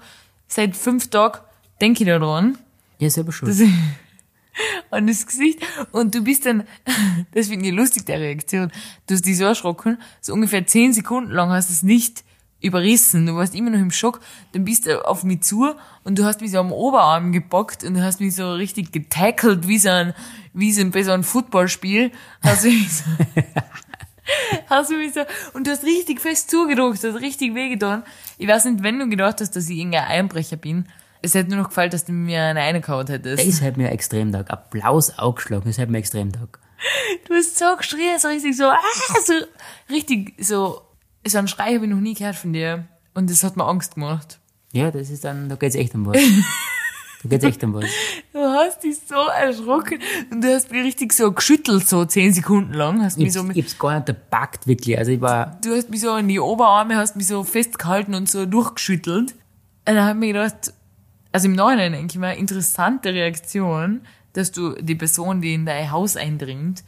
Speaker 4: Seit fünf Tagen denke ich da dran.
Speaker 3: Ja, selber schon.
Speaker 4: [LAUGHS] Das, und das Gesicht. Und du bist dann, [LAUGHS] das finde ich lustig, der Reaktion. Du hast dich so erschrocken, so ungefähr zehn Sekunden lang hast du es nicht überrissen. Du warst immer noch im Schock. Dann bist du auf mich zu und du hast mich so am Oberarm gepackt und du hast mich so richtig getackelt, wie so ein, wie so ein, bei so einem Footballspiel. Hast du mich so, [LAUGHS] hast du mich so, und du hast richtig fest zugedruckt, du hast richtig wehgetan. Ich weiß nicht, wenn du gedacht hast, dass ich irgendein Einbrecher bin. Es hätte nur noch gefallen, dass du mir eine eingekaut hättest.
Speaker 3: Das hat mir extrem tag. Applaus aufgeschlagen, das hat mir extrem tag.
Speaker 4: Du hast so geschrien, so richtig so, ah, so richtig so, so einen Schrei habe ich noch nie gehört von dir. Und das hat mir Angst gemacht.
Speaker 3: Ja, das ist dann, da geht's echt um was. da geht's echt um was.
Speaker 4: Du hast dich so erschrocken und du hast mich richtig so geschüttelt, so zehn Sekunden lang. Hast mich
Speaker 3: Ich,
Speaker 4: so mit,
Speaker 3: ich hab's gar nicht gepackt, wirklich. Also ich
Speaker 4: [LAUGHS]
Speaker 3: war,
Speaker 4: du hast mich so in die Oberarme, hast mich so festgehalten und so durchgeschüttelt. Und dann habe ich mir gedacht, also im Nachhinein denke ich mal, interessante Reaktion, dass du die Person, die in dein Haus eindringt,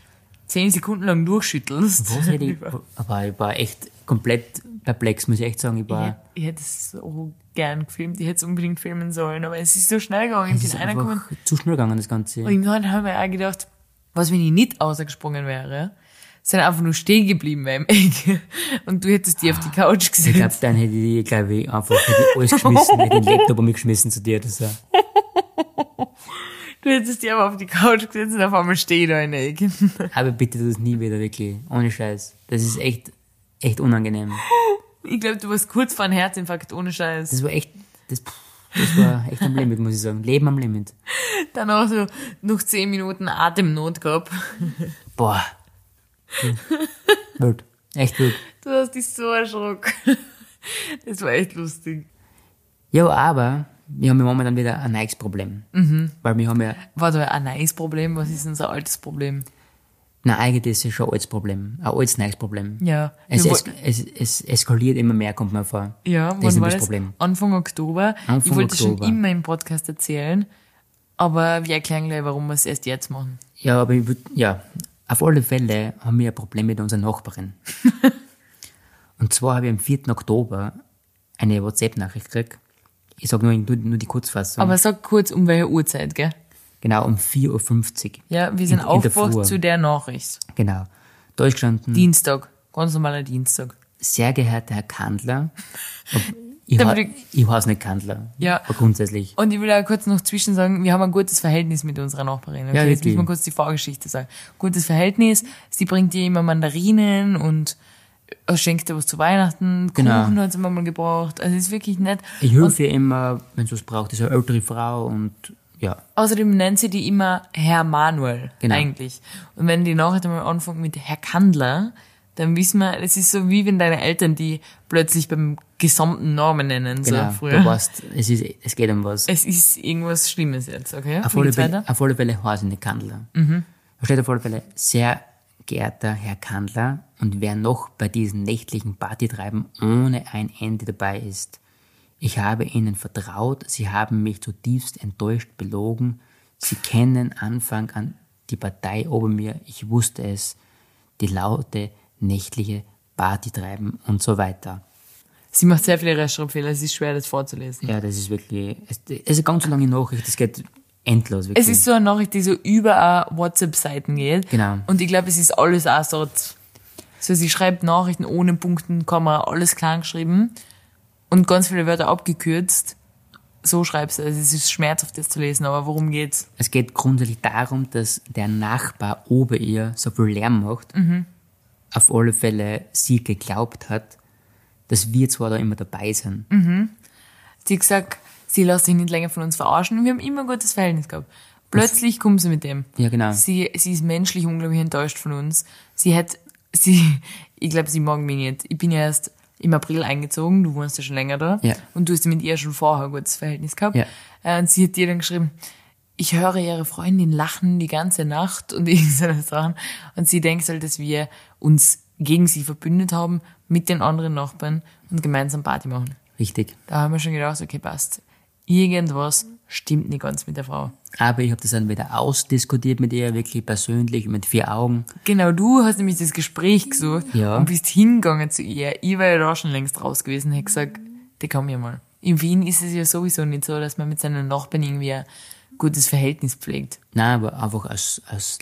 Speaker 4: zehn Sekunden lang durchschüttelst.
Speaker 3: was hätte
Speaker 4: [LAUGHS]
Speaker 3: ich, aber ich war echt komplett perplex, muss ich echt sagen. Ich
Speaker 4: Ich
Speaker 3: war,
Speaker 4: hätte- Ich hätte es so gern gefilmt, ich hätte es unbedingt filmen sollen, aber es ist so schnell gegangen. Ich
Speaker 3: es
Speaker 4: bin
Speaker 3: ist
Speaker 4: reingekommen
Speaker 3: einfach zu schnell gegangen, das Ganze.
Speaker 4: und im Nachhinein haben wir auch gedacht, was, wenn ich nicht rausgesprungen wäre, sind einfach nur stehen geblieben beim Ecke [LAUGHS] und du hättest die auf die Couch
Speaker 3: Ich
Speaker 4: gesehen.
Speaker 3: glaube, dann hätte ich, glaube ich, einfach hätte ich alles geschmissen, hätte den Laptop um mich geschmissen zu dir. Das,
Speaker 4: Du hättest die aber auf die Couch gesetzt und auf einmal steh ich da in der Ecke.
Speaker 3: aber bitte tu das nie wieder, wirklich. Ohne Scheiß. Das ist echt, echt unangenehm.
Speaker 4: [LAUGHS] Ich glaube, du warst kurz vor einem Herzinfarkt, ohne Scheiß.
Speaker 3: Das war echt, das, das war echt am Limit, muss ich sagen. Leben am Limit.
Speaker 4: Dann auch so noch zehn Minuten Atemnot gehabt.
Speaker 3: Boah. Wild. Echt wild.
Speaker 4: Du hast dich so erschrocken. [LAUGHS] Das war echt lustig.
Speaker 3: Ja, aber wir haben ja momentan wieder ein neues Problem.
Speaker 4: Mhm.
Speaker 3: Weil wir haben ja,
Speaker 4: Warte, ein neues Problem, was ist unser altes Problem?
Speaker 3: na eigentlich ist es schon ein altes Problem. Ein altes neues Problem.
Speaker 4: Ja.
Speaker 3: Es,
Speaker 4: Wir
Speaker 3: es, es, es eskaliert immer mehr, kommt mir vor.
Speaker 4: Ja,
Speaker 3: ist
Speaker 4: wann
Speaker 3: eben
Speaker 4: war
Speaker 3: das
Speaker 4: das?
Speaker 3: Problem.
Speaker 4: Anfang Oktober. ich
Speaker 3: Anfang
Speaker 4: wollte
Speaker 3: Oktober.
Speaker 4: schon immer im Podcast erzählen, aber wir erklären gleich, warum wir es erst jetzt machen.
Speaker 3: Ja, aber ich würd, ja, auf alle Fälle haben wir ein Problem mit unserer
Speaker 4: [LAUGHS]
Speaker 3: Nachbarin. und zwar habe ich am 4. Oktober eine WhatsApp-Nachricht gekriegt. Ich sage nur, nur, nur die Kurzfassung.
Speaker 4: Aber sag kurz, um welche Uhrzeit, gell?
Speaker 3: genau, um 4.50 Uhr.
Speaker 4: Ja, wir sind
Speaker 3: in der Früh.
Speaker 4: aufgewacht zu der Nachricht.
Speaker 3: Genau. Da ist gestanden,
Speaker 4: Dienstag, ganz normaler Dienstag.
Speaker 3: sehr geehrter Herr
Speaker 4: [LAUGHS]
Speaker 3: Kandler. Ob- Ich,
Speaker 4: Da
Speaker 3: ha,
Speaker 4: würde ich-
Speaker 3: ich heiße nicht Kandler.
Speaker 4: Ja.
Speaker 3: Aber grundsätzlich.
Speaker 4: Und ich will auch kurz noch zwischen sagen, wir haben ein gutes Verhältnis mit unserer Nachbarin. Okay?
Speaker 3: Ja,
Speaker 4: jetzt
Speaker 3: wirklich.
Speaker 4: müssen wir kurz die Vorgeschichte sagen. Gutes Verhältnis, sie bringt ihr immer Mandarinen und äh, schenkt ihr was zu Weihnachten, Kuchen
Speaker 3: Genau.
Speaker 4: hat sie immer mal gebraucht. Also es ist wirklich nett.
Speaker 3: Ich helfe ihr immer, wenn sie was braucht. Das ist eine ältere Frau und ja.
Speaker 4: Außerdem nennt sie die immer Herr Manuel
Speaker 3: Genau.
Speaker 4: eigentlich. Und wenn die Nachricht einmal anfängt mit Herr Kandler, dann wissen wir, es ist so wie wenn deine Eltern die plötzlich beim gesamten Namen nennen,
Speaker 3: Genau.
Speaker 4: so
Speaker 3: Du
Speaker 4: früher.
Speaker 3: weißt, es, ist, es geht um was.
Speaker 4: Es ist irgendwas Schlimmes jetzt, okay?
Speaker 3: Auf
Speaker 4: Wie
Speaker 3: alle
Speaker 4: geht's
Speaker 3: Fälle,
Speaker 4: weiter?
Speaker 3: auf alle Fälle heiße ich nicht Kandler.
Speaker 4: Mhm.
Speaker 3: Da steht auf alle Fälle, sehr geehrter Herr Kandler, und wer noch bei diesen nächtlichen Partytreiben ohne ein Ende dabei ist, ich habe Ihnen vertraut, Sie haben mich zutiefst enttäuscht, belogen, Sie kennen Anfang an die Partei ober mir, ich wusste es, die laute nächtliche Partytreiben und so weiter.
Speaker 4: Sie macht sehr viele Rechtschreibfehler, es ist schwer, das vorzulesen.
Speaker 3: Ja, das ist wirklich, es es ist eine ganz lange Nachricht, das geht endlos. Wirklich.
Speaker 4: Es ist so eine Nachricht, die so über auch WhatsApp-Seiten geht.
Speaker 3: Genau.
Speaker 4: Und ich glaube, es ist alles auch so. So, sie schreibt Nachrichten ohne Punkten, Komma, alles klein geschrieben und ganz viele Wörter abgekürzt. So schreibst du. Also es ist schmerzhaft, das zu lesen, aber worum geht's?
Speaker 3: Es geht grundsätzlich darum, dass der Nachbar ober ihr so viel Lärm macht, auf alle Fälle sie geglaubt hat, dass wir zwar da immer dabei sind.
Speaker 4: Sie hat gesagt, sie lässt sich nicht länger von uns verarschen und wir haben immer ein gutes Verhältnis gehabt. Plötzlich kommt sie mit dem.
Speaker 3: Ja, genau.
Speaker 4: Sie, sie ist menschlich unglaublich enttäuscht von uns. Sie hat, sie, [LAUGHS] ich glaube, sie mag mich nicht. Ich bin ja erst im April eingezogen, du wohnst ja schon länger da.
Speaker 3: Ja.
Speaker 4: Und du hast ja mit ihr schon vorher ein gutes Verhältnis gehabt.
Speaker 3: Ja.
Speaker 4: Äh, Und sie hat dir dann geschrieben, ich höre ihre Freundin lachen die ganze Nacht und [LAUGHS] irgendeine Sachen. Und sie denkt halt, dass wir uns gegen sie verbündet haben mit den anderen Nachbarn und gemeinsam Party machen.
Speaker 3: Richtig.
Speaker 4: Da haben wir schon gedacht, okay, passt. Irgendwas stimmt nicht ganz mit der Frau.
Speaker 3: Aber ich habe das dann wieder ausdiskutiert mit ihr, wirklich persönlich, mit vier Augen.
Speaker 4: Genau, du hast nämlich das Gespräch gesucht
Speaker 3: Ja.
Speaker 4: und bist hingegangen zu ihr. Ich war ja da schon längst raus gewesen, hätte gesagt, die komm hier mal. In Wien ist es ja sowieso nicht so, dass man mit seinen Nachbarn irgendwie ein gutes Verhältnis pflegt.
Speaker 3: Nein, aber einfach als, als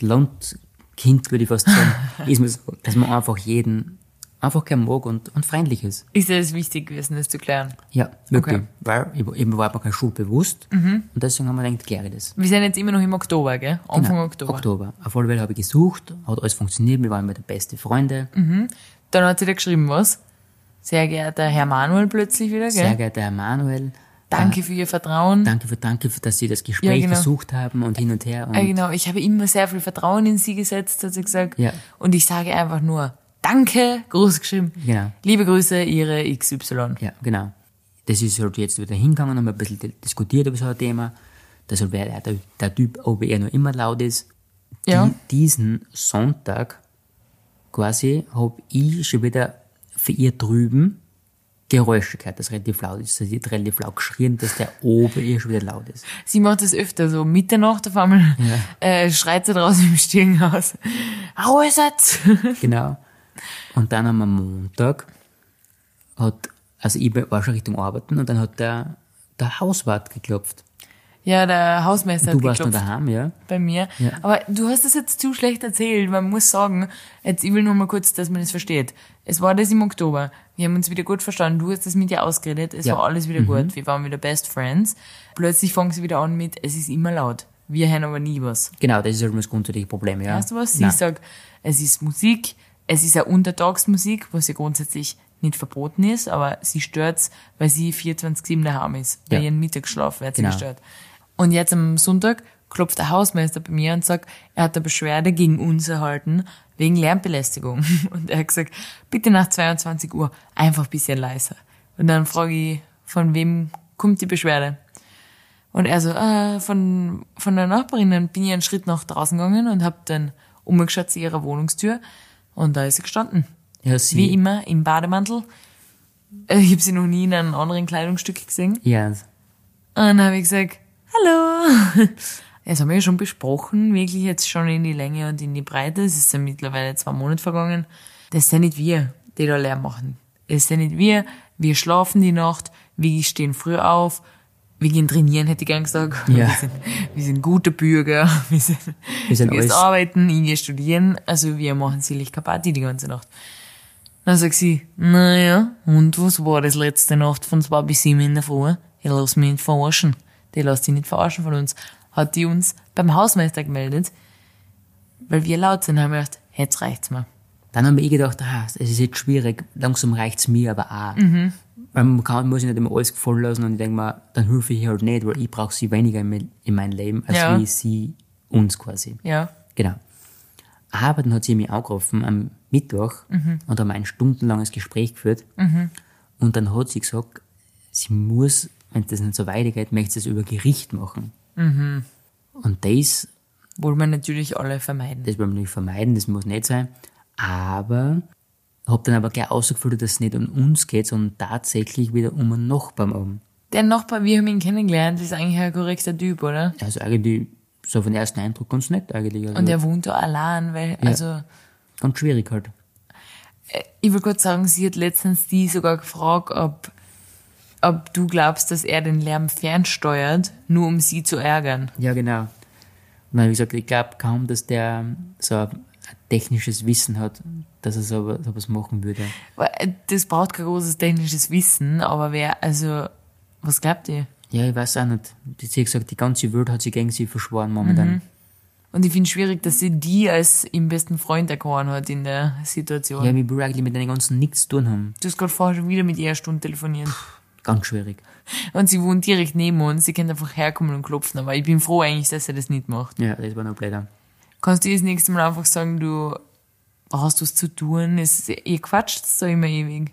Speaker 3: Landkind, würde ich fast sagen, ist mir so, dass man einfach jeden einfach gern mag und, und freundlich ist.
Speaker 4: Ist ja das wichtig gewesen, das zu klären.
Speaker 3: Ja, wirklich.
Speaker 4: Okay.
Speaker 3: Weil ich, ich war mir keine Schule bewusst und deswegen haben wir gedacht, kläre ich das.
Speaker 4: Wir sind jetzt immer noch im Oktober, gell? Anfang
Speaker 3: Genau.
Speaker 4: Oktober.
Speaker 3: Oktober. Auf alle Fälle habe ich gesucht, hat alles funktioniert, wir waren wieder beste Freunde.
Speaker 4: Mhm. Dann hat sie da geschrieben, was? Sehr geehrter Herr Manuel plötzlich wieder, gell?
Speaker 3: Sehr geehrter Herr Manuel, Äh,
Speaker 4: Danke für Ihr Vertrauen.
Speaker 3: danke für, danke für, dass Sie das Gespräch
Speaker 4: genau.
Speaker 3: versucht haben und hin und her. Und
Speaker 4: Ja, genau, ich habe immer sehr viel Vertrauen in sie gesetzt, hat sie gesagt.
Speaker 3: Ja.
Speaker 4: Und ich sage einfach nur Danke, groß geschrieben.
Speaker 3: Genau.
Speaker 4: Liebe Grüße, ihre XY.
Speaker 3: Ja, genau. Das ist halt jetzt wieder hingegangen, haben wir ein bisschen di- diskutiert über so ein Thema. Das halt wer der, der Typ, ob er noch immer laut ist.
Speaker 4: Ja.
Speaker 3: Die, diesen Sonntag quasi habe ich schon wieder für ihr drüben Geräusche gehört, das relativ laut ist. Sie hat relativ laut geschrien, dass der oben ihr schon wieder laut ist.
Speaker 4: Sie macht das öfter, so Mitternacht auf einmal [LAUGHS] äh, schreit sie draußen im Stirnhaus. Ruhesatz!
Speaker 3: Genau. Und dann am Montag hat, also ich war schon Richtung Arbeiten und dann hat der, der Hauswart geklopft.
Speaker 4: [LAUGHS] ja, der Hausmeister
Speaker 3: Du
Speaker 4: hat
Speaker 3: warst noch
Speaker 4: geklopft
Speaker 3: daheim, ja?
Speaker 4: bei mir. Aber du hast das jetzt zu schlecht erzählt. Man muss sagen, jetzt ich will nur mal kurz, dass man das versteht. Es war das im Oktober. Wir haben uns wieder gut verstanden. Du hast das mit ihr ausgeredet. Es
Speaker 3: Ja. Mhm.
Speaker 4: war alles wieder gut. Wir waren wieder Best Friends. Plötzlich fangen sie wieder an mit, es ist immer laut. Wir hören aber nie was.
Speaker 3: Genau, das ist halt das grundsätzliche Problem, ja.
Speaker 4: Weißt du was? Sie
Speaker 3: Nein.
Speaker 4: sagt, es ist Musik, es ist ja Untertagsmusik, was ja grundsätzlich nicht verboten ist, aber sie stört's, weil sie 24-7 daheim ist. Bei
Speaker 3: Ja.
Speaker 4: ihrem Mittagsschlaf wird sie
Speaker 3: Genau.
Speaker 4: gestört. Und jetzt am Sonntag klopft der Hausmeister bei mir und sagt, er hat eine Beschwerde gegen uns erhalten, wegen Lärmbelästigung. [LAUGHS] Und er hat gesagt, bitte nach 22 Uhr einfach ein bisschen leiser. Und dann frage ich, von wem kommt die Beschwerde? Und er so, äh, von, von der Nachbarin. Dann bin ich einen Schritt nach draußen gegangen und hab dann umgeschaut zu ihrer Wohnungstür. Und da ist sie gestanden.
Speaker 3: Ja, sie,
Speaker 4: Wie immer, im Bademantel. Äh, Ich hab sie noch nie in einem anderen Kleidungsstück gesehen.
Speaker 3: Ja,
Speaker 4: Und dann hab ich gesagt, hallo. [LAUGHS] Das haben wir ja schon besprochen, wirklich jetzt schon in die Länge und in die Breite. Es ist ja mittlerweile zwei Monate vergangen. Das sind nicht wir, die da Lärm machen. Das sind nicht wir. Wir schlafen die Nacht, wir stehen früh auf, wir gehen trainieren, hätte ich gern gesagt.
Speaker 3: Ja.
Speaker 4: Wir, sind, wir sind gute Bürger, [LAUGHS] wir sind,
Speaker 3: Wir sind
Speaker 4: du gehst
Speaker 3: alles-
Speaker 4: arbeiten, ich gehe studieren. Also wir machen sicherlich keine Party die ganze Nacht. Dann sagt sie, naja, und was war das letzte Nacht von zwei bis sieben in der Früh? Ich lass mich nicht verarschen. Die lässt sich nicht verarschen von uns. Hat die uns beim Hausmeister gemeldet, weil wir laut sind, haben wir gedacht, jetzt reicht's mir.
Speaker 3: dann habe ich gedacht, ah, es ist jetzt schwierig, langsam reicht's mir aber auch.
Speaker 4: Mhm.
Speaker 3: Weil man kann, muss ich nicht immer alles gefallen lassen und ich denke mir, dann helfe ich ihr halt nicht, weil ich brauche sie weniger in, mein- in meinem Leben, als
Speaker 4: Ja.
Speaker 3: wie sie uns quasi.
Speaker 4: Ja.
Speaker 3: Genau. Aber dann hat sie mich angerufen am Mittwoch
Speaker 4: Mhm.
Speaker 3: und haben ein stundenlanges Gespräch geführt. Und dann hat sie gesagt, sie muss, wenn das nicht so weitergeht, möchte sie es über Gericht machen.
Speaker 4: Mhm.
Speaker 3: Und das
Speaker 4: Wollen wir natürlich alle vermeiden.
Speaker 3: das wollen wir natürlich vermeiden, das muss nicht sein. Aber habe dann aber gleich ausgefüllt, dass es nicht um uns geht, sondern tatsächlich wieder um einen Nachbarn oben.
Speaker 4: Der Nachbar, wir haben ihn kennengelernt, ist eigentlich ein korrekter Typ, oder?
Speaker 3: Also eigentlich so von ersten Eindruck ganz nett eigentlich. Also
Speaker 4: Und er wohnt da allein, weil, also,
Speaker 3: ganz schwierig halt.
Speaker 4: ich will kurz sagen, sie hat letztens die sogar gefragt, ob, ob du glaubst, dass er den Lärm fernsteuert, nur um sie zu ärgern.
Speaker 3: Ja, genau. Und dann habe ich gesagt, ich glaube kaum, dass der so ein technisches Wissen hat, dass er so sowas machen würde.
Speaker 4: Weil, äh, Das braucht kein großes technisches Wissen, aber wer, also, was glaubt ihr?
Speaker 3: Mhm. Ja, ich weiß auch nicht. Sie hat gesagt, die ganze Welt hat sich gegen sie verschworen momentan.
Speaker 4: Und ich finde schwierig, dass sie die als ihren besten Freund erkoren hat in der Situation.
Speaker 3: Ja, mit Bruce eigentlich mit den ganzen nichts zu tun haben.
Speaker 4: Du hast gerade vorher schon wieder mit ihr eine Stunde telefoniert.
Speaker 3: Ganz schwierig.
Speaker 4: Und sie wohnt direkt neben uns. Sie kann einfach herkommen und klopfen. Aber ich bin froh eigentlich, dass er das nicht macht.
Speaker 3: Ja, das war noch blöder.
Speaker 4: Kannst du ihr das nächste Mal einfach sagen, du hast was zu tun? Es, eh, ihr quatscht so immer ewig.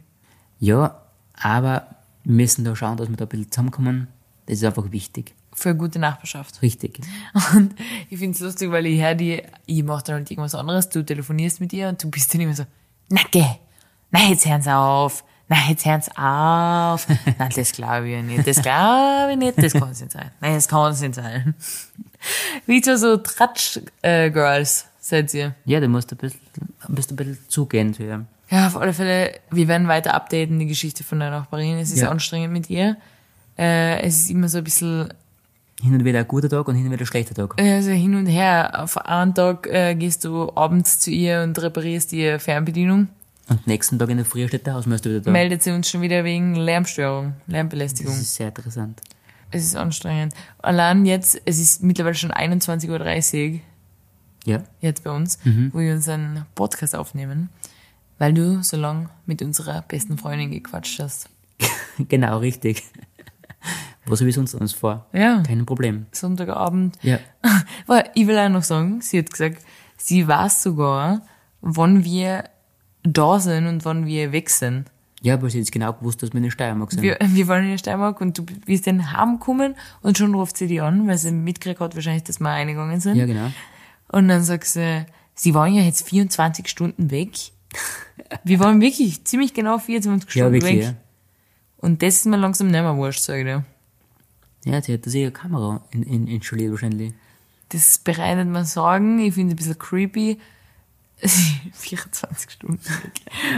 Speaker 3: Ja, aber wir müssen da schauen, dass wir da ein bisschen zusammenkommen. Das ist einfach wichtig.
Speaker 4: Für eine gute Nachbarschaft.
Speaker 3: Richtig.
Speaker 4: Und ich finde es lustig, weil ich höre die, ich mache dann halt irgendwas anderes. Du telefonierst mit ihr und du bist dann immer so, na geh, na jetzt hören sie auf, na jetzt hören sie auf. Na, das glaube ich ja nicht, das glaube ich nicht, das kann es nicht sein. Nein, das kann es nicht sein. Wie so, so Tratsch-Girls seid ihr.
Speaker 3: Ja, du musst ein bisschen, musst ein bisschen zugehen zu ihr.
Speaker 4: Ja, auf alle Fälle, wir werden weiter updaten, die Geschichte von der Nachbarin. Es ist
Speaker 3: Ja.
Speaker 4: anstrengend mit ihr. Äh, es ist immer so ein bisschen
Speaker 3: Hin und wieder ein guter Tag und hin und wieder ein schlechter Tag.
Speaker 4: also hin und her. Auf einen Tag äh, gehst du abends zu ihr und reparierst ihre Fernbedienung.
Speaker 3: Und nächsten Tag in der Früh steht der Hausmeister wieder da.
Speaker 4: Meldet sie uns schon wieder wegen Lärmstörung, Lärmbelästigung.
Speaker 3: Das ist sehr interessant.
Speaker 4: es ist anstrengend. Allein jetzt, es ist mittlerweile schon 21.30 Uhr
Speaker 3: Ja.
Speaker 4: jetzt bei uns,
Speaker 3: Mhm.
Speaker 4: wo wir unseren Podcast aufnehmen, weil du so lang mit unserer besten Freundin gequatscht hast.
Speaker 3: [LAUGHS] Genau, richtig. Was habe ich sonst uns vor?
Speaker 4: Ja.
Speaker 3: Kein Problem.
Speaker 4: Sonntagabend. [LAUGHS]
Speaker 3: Ja.
Speaker 4: Aber ich will auch noch sagen, sie hat gesagt, sie weiß sogar, wann wir da sind und wann wir weg sind.
Speaker 3: Ja, weil sie jetzt genau gewusst, dass wir in der Steiermark sind.
Speaker 4: Wir, wir waren in der Steiermark und du bist dann heimgekommen und schon ruft sie die an, weil sie mitgekriegt hat wahrscheinlich, dass wir reingegangen sind.
Speaker 3: Ja, genau.
Speaker 4: Und dann sagt sie, sie waren ja jetzt 24 Stunden weg. Wir waren wirklich ziemlich genau 24
Speaker 3: Ja,
Speaker 4: Stunden
Speaker 3: wirklich,
Speaker 4: weg.
Speaker 3: ja.
Speaker 4: Und das ist mir langsam nicht mehr wurscht, sag ich dir.
Speaker 3: Ja, sie hat da ihre Kamera in, in, installiert wahrscheinlich.
Speaker 4: Das bereitet mir Sorgen. Ich finde es ein bisschen creepy. [LAUGHS] 24 Stunden weg.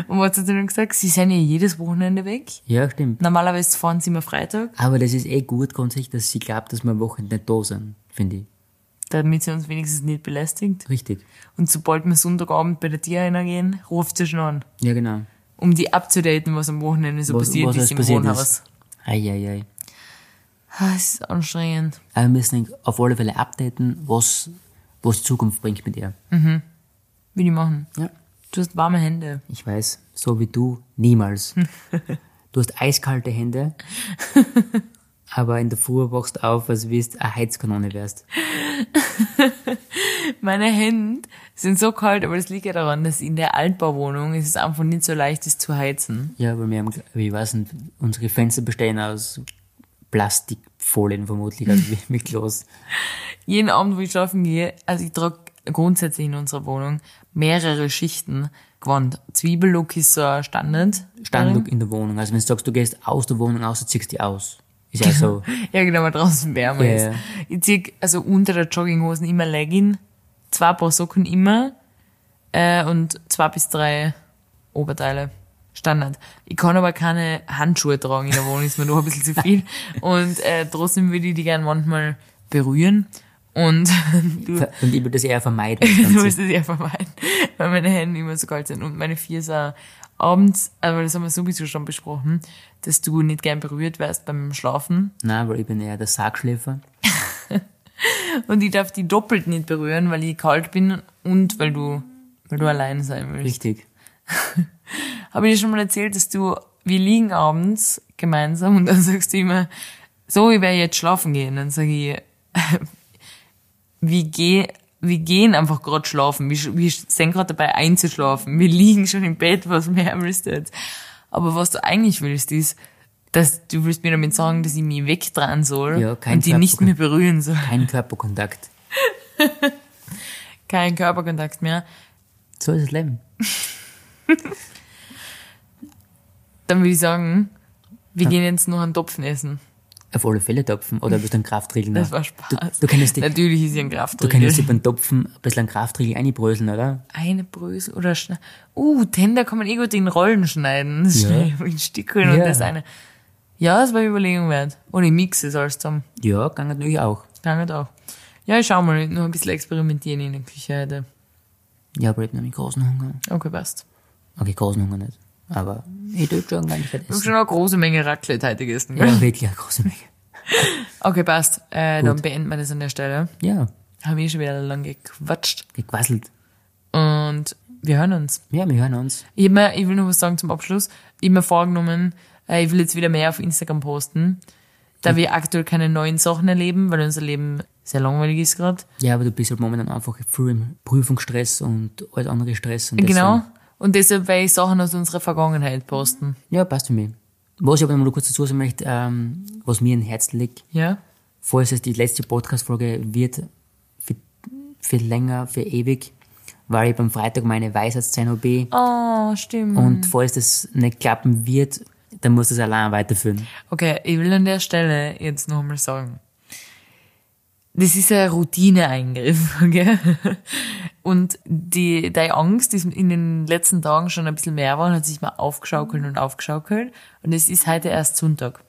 Speaker 4: Und was hat sie dann gesagt? Sie sind ja jedes Wochenende weg.
Speaker 3: Ja, stimmt.
Speaker 4: Normalerweise fahren sie immer Freitag,
Speaker 3: Aber das ist eh gut grundsätzlich, dass sie glaubt, dass wir am Wochenende nicht da sind, finde ich.
Speaker 4: damit sie uns wenigstens nicht belästigt.
Speaker 3: Richtig.
Speaker 4: Und sobald wir Sonntagabend bei der Tierarena gehen, ruft sie schon an,
Speaker 3: Ja, genau.
Speaker 4: um die abzudaten, was am Wochenende so
Speaker 3: Was-
Speaker 4: passiert
Speaker 3: was alles
Speaker 4: ist im
Speaker 3: passiert ist.
Speaker 4: Wohnhaus.
Speaker 3: Eieiei.
Speaker 4: Ah, Es ist anstrengend.
Speaker 3: Aber wir müssen auf alle Fälle updaten, was, was die Zukunft bringt mit ihr.
Speaker 4: Will ich machen.
Speaker 3: Ja.
Speaker 4: Du hast warme Hände.
Speaker 3: Ich weiß, so wie du
Speaker 4: [LAUGHS]
Speaker 3: niemals. du hast eiskalte Hände, aber in der Früh wachst du auf, als wärst eine Heizkanone wärst.
Speaker 4: Meine Hände sind so kalt, aber das liegt ja daran, dass in der Altbauwohnung ist es einfach nicht so leicht ist zu heizen.
Speaker 3: Ja, weil wir haben, ich weiß nicht, unsere Fenster bestehen aus Plastikfolien vermutlich, also
Speaker 4: [LAUGHS]
Speaker 3: wie- mit Glas.
Speaker 4: jeden Abend, wo ich schlafen gehe, also ich trage grundsätzlich in unserer Wohnung mehrere Schichten Gewand. Zwiebellook ist so ein Standard.
Speaker 3: Standlook in der Wohnung. Also wenn du sagst, du gehst aus der Wohnung aus, dann ziehst du die aus. Ist ja so.
Speaker 4: [LAUGHS] Ja, genau, weil draußen wärmer
Speaker 3: Ja,
Speaker 4: ist.
Speaker 3: ja.
Speaker 4: Ich zieh also unter der Jogginghosen immer Legging, zwei Paar Socken immer äh, und zwei bis drei Oberteile. Standard. Ich kann aber keine Handschuhe tragen in der Wohnung, ist mir doch ein bisschen zu
Speaker 3: [LAUGHS]
Speaker 4: viel. Und äh, trotzdem würde ich die gern manchmal berühren. Und [LAUGHS] du
Speaker 3: Und ich würde das eher
Speaker 4: [LAUGHS]
Speaker 3: vermeiden. das
Speaker 4: Du
Speaker 3: Ganze.
Speaker 4: musst es ja vermeiden, weil meine Hände immer so kalt sind. Und meine Vierser abends, aber das haben wir sowieso schon besprochen, dass du nicht gern berührt wirst beim Schlafen.
Speaker 3: Nein, weil ich bin eher der Sargschläfer.
Speaker 4: Und ich darf die doppelt nicht berühren, weil ich kalt bin und weil du, weil du allein sein willst.
Speaker 3: Richtig.
Speaker 4: [LAUGHS] Habe ich dir schon mal erzählt, dass du, wir liegen abends gemeinsam und dann [LAUGHS] sagst du immer, so, ich werde jetzt schlafen gehen. Dann sage ich, [LAUGHS] wir, geh, wir gehen einfach gerade schlafen. Wir, sch- wir sind gerade dabei einzuschlafen. Wir liegen schon im Bett, was mehr willst du jetzt? Aber was du eigentlich willst, ist, dass du willst mir damit sagen, dass ich mich wegdrehen soll
Speaker 3: Ja, kein
Speaker 4: und die nicht
Speaker 3: Körperkontakt.
Speaker 4: mehr berühren soll.
Speaker 3: Kein Körperkontakt.
Speaker 4: Kein Körperkontakt mehr.
Speaker 3: So ist das Leben.
Speaker 4: Dann würde ich sagen, wir gehen jetzt noch einen Topfen essen.
Speaker 3: Auf alle Fälle topfen.
Speaker 4: [LAUGHS]
Speaker 3: Oder bist du ein Kraftriegel?
Speaker 4: Das
Speaker 3: noch?
Speaker 4: war Spaß.
Speaker 3: Du, du kennst dich.
Speaker 4: Natürlich ist ja ein
Speaker 3: Du
Speaker 4: Kraftriegel.
Speaker 3: könntest dich beim Topfen ein bisschen an Kraftriegel einbröseln, oder?
Speaker 4: eine Brösel oder Schne Uh, Tender kann man eh gut in Rollen schneiden. Das
Speaker 3: Ja.
Speaker 4: schnell in Stückeln und
Speaker 3: Ja.
Speaker 4: das eine. Ja, das war eine Überlegung wert. Oder ich mixe es alles zusammen.
Speaker 3: Ja, kann natürlich auch.
Speaker 4: Kann halt auch. Ja, ich schau mal, noch ein bisschen experimentieren in der Küche heute.
Speaker 3: Ja, aber ich habe nämlich großen Hunger.
Speaker 4: Okay, passt.
Speaker 3: Okay, großen Hunger nicht. Aber ich tue schon gar nicht
Speaker 4: Ich habe
Speaker 3: [LAUGHS] essen.
Speaker 4: schon eine große Menge Raclette heute gegessen. gell?
Speaker 3: Ja, wirklich eine große Menge.
Speaker 4: Okay, passt. Äh, dann beenden wir das an der Stelle.
Speaker 3: Ja.
Speaker 4: Haben wir schon wieder lang gequatscht.
Speaker 3: Gequasselt.
Speaker 4: Und wir hören uns.
Speaker 3: Ja, wir hören uns.
Speaker 4: Ich, hab mir, ich will noch was sagen zum Abschluss. Ich habe mir vorgenommen, äh, ich will jetzt wieder mehr auf Instagram posten,
Speaker 3: Mhm.
Speaker 4: da wir aktuell keine neuen Sachen erleben, weil unser Leben sehr langweilig ist gerade.
Speaker 3: Ja, aber du bist halt momentan einfach früh im Prüfungsstress und alles andere Stress. Und
Speaker 4: Genau.
Speaker 3: deswegen-
Speaker 4: Und deshalb werde ich Sachen aus unserer Vergangenheit posten.
Speaker 3: Ja, passt für mich. Was ich aber noch mal kurz dazu sagen möchte, ähm, was mir ein Herz liegt,
Speaker 4: Ja?
Speaker 3: falls es die letzte Podcast-Folge wird, für, für länger, für ewig, weil ich am Freitag meine Weisheitszeit habe.
Speaker 4: Oh, stimmt.
Speaker 3: Und falls das nicht klappen wird, dann muss das allein weiterführen.
Speaker 4: Okay, ich will an der Stelle jetzt noch einmal sagen. Das ist ein Routineeingriff, [LAUGHS] okay? Und die, deine Angst, die in den letzten Tagen schon ein bisschen mehr war, hat sich mal aufgeschaukelt und aufgeschaukelt. Und es ist heute erst Sonntag.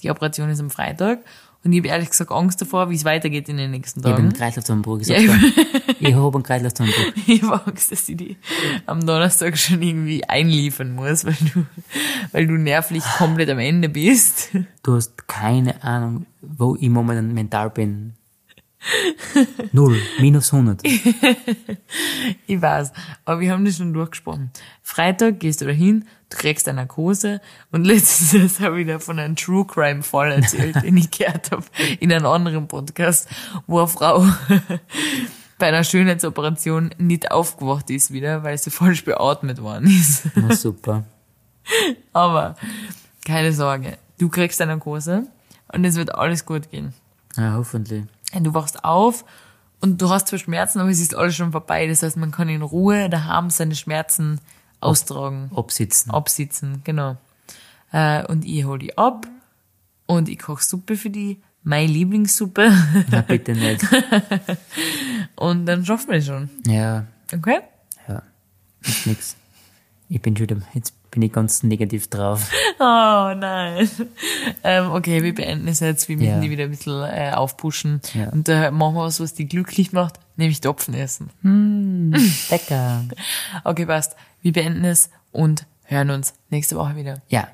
Speaker 4: Die Operation ist am Freitag. Und ich habe ehrlich gesagt Angst davor, wie es weitergeht in den nächsten
Speaker 3: Ich habe einen
Speaker 4: Tagen. [LAUGHS]
Speaker 3: Kreislaufzusammenbruch
Speaker 4: Ja,
Speaker 3: gesagt.
Speaker 4: ich, [LAUGHS]
Speaker 3: Ich habe einen Kreislaufzusammenbruch.
Speaker 4: ich habe Angst, dass ich die am Donnerstag schon irgendwie einliefern muss, weil du, weil du nervlich komplett am Ende bist.
Speaker 3: Du hast keine Ahnung, wo ich momentan mental
Speaker 4: [LAUGHS]
Speaker 3: bin. Null, minus 100.
Speaker 4: Ich weiß, aber wir haben das schon durchgesprochen. Freitag gehst du dahin, du kriegst eine Narkose und [LAUGHS] letztens habe ich da von einem True Crime Fall erzählt, den ich gehört habe in einem anderen Podcast, wo eine Frau [LAUGHS] bei einer Schönheitsoperation nicht aufgewacht ist wieder, weil sie falsch beatmet worden ist. [LAUGHS]
Speaker 3: Na super.
Speaker 4: Aber keine Sorge, du kriegst eine Narkose und es wird alles gut gehen.
Speaker 3: Ja, hoffentlich.
Speaker 4: Und du wachst auf und du hast zwar Schmerzen, aber es ist alles schon vorbei. Das heißt, man kann in Ruhe daheim seine Schmerzen austragen,
Speaker 3: Absitzen.
Speaker 4: absitzen, genau. Äh, und ich hol die ab und ich koch Suppe für die, meine Lieblingssuppe.
Speaker 3: Na bitte nicht.
Speaker 4: [LAUGHS] und dann schaffen wir es schon.
Speaker 3: Ja,
Speaker 4: Okay? [LAUGHS]
Speaker 3: ja. Ist nix. Ich bin schon wieder, jetzt bin ich ganz negativ drauf.
Speaker 4: Oh nein. Ähm, okay, wir beenden es jetzt. Wir müssen
Speaker 3: Ja.
Speaker 4: die wieder ein bisschen äh, aufpushen.
Speaker 3: Ja.
Speaker 4: Und da machen wir was, was die glücklich macht, nämlich Topfen essen.
Speaker 3: Lecker.
Speaker 4: Okay, passt. Wir beenden es und hören uns nächste Woche wieder.
Speaker 3: Ja.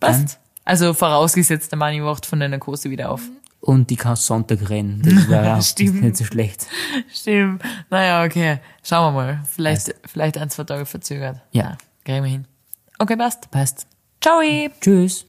Speaker 4: Passt. Also vorausgesetzt, der Mani wacht von der Narkose wieder auf.
Speaker 3: Und ich kann Sonntag rennen. Das
Speaker 4: [LAUGHS]
Speaker 3: war auch
Speaker 4: Stimmt.
Speaker 3: nicht so schlecht.
Speaker 4: [LAUGHS] Stimmt. Naja, okay. Schauen wir mal. Vielleicht, vielleicht ein, zwei Tage verzögert.
Speaker 3: Ja.
Speaker 4: Kriegen wir hin. Okay, passt.
Speaker 3: Passt.
Speaker 4: Ciao.
Speaker 3: Tschüss.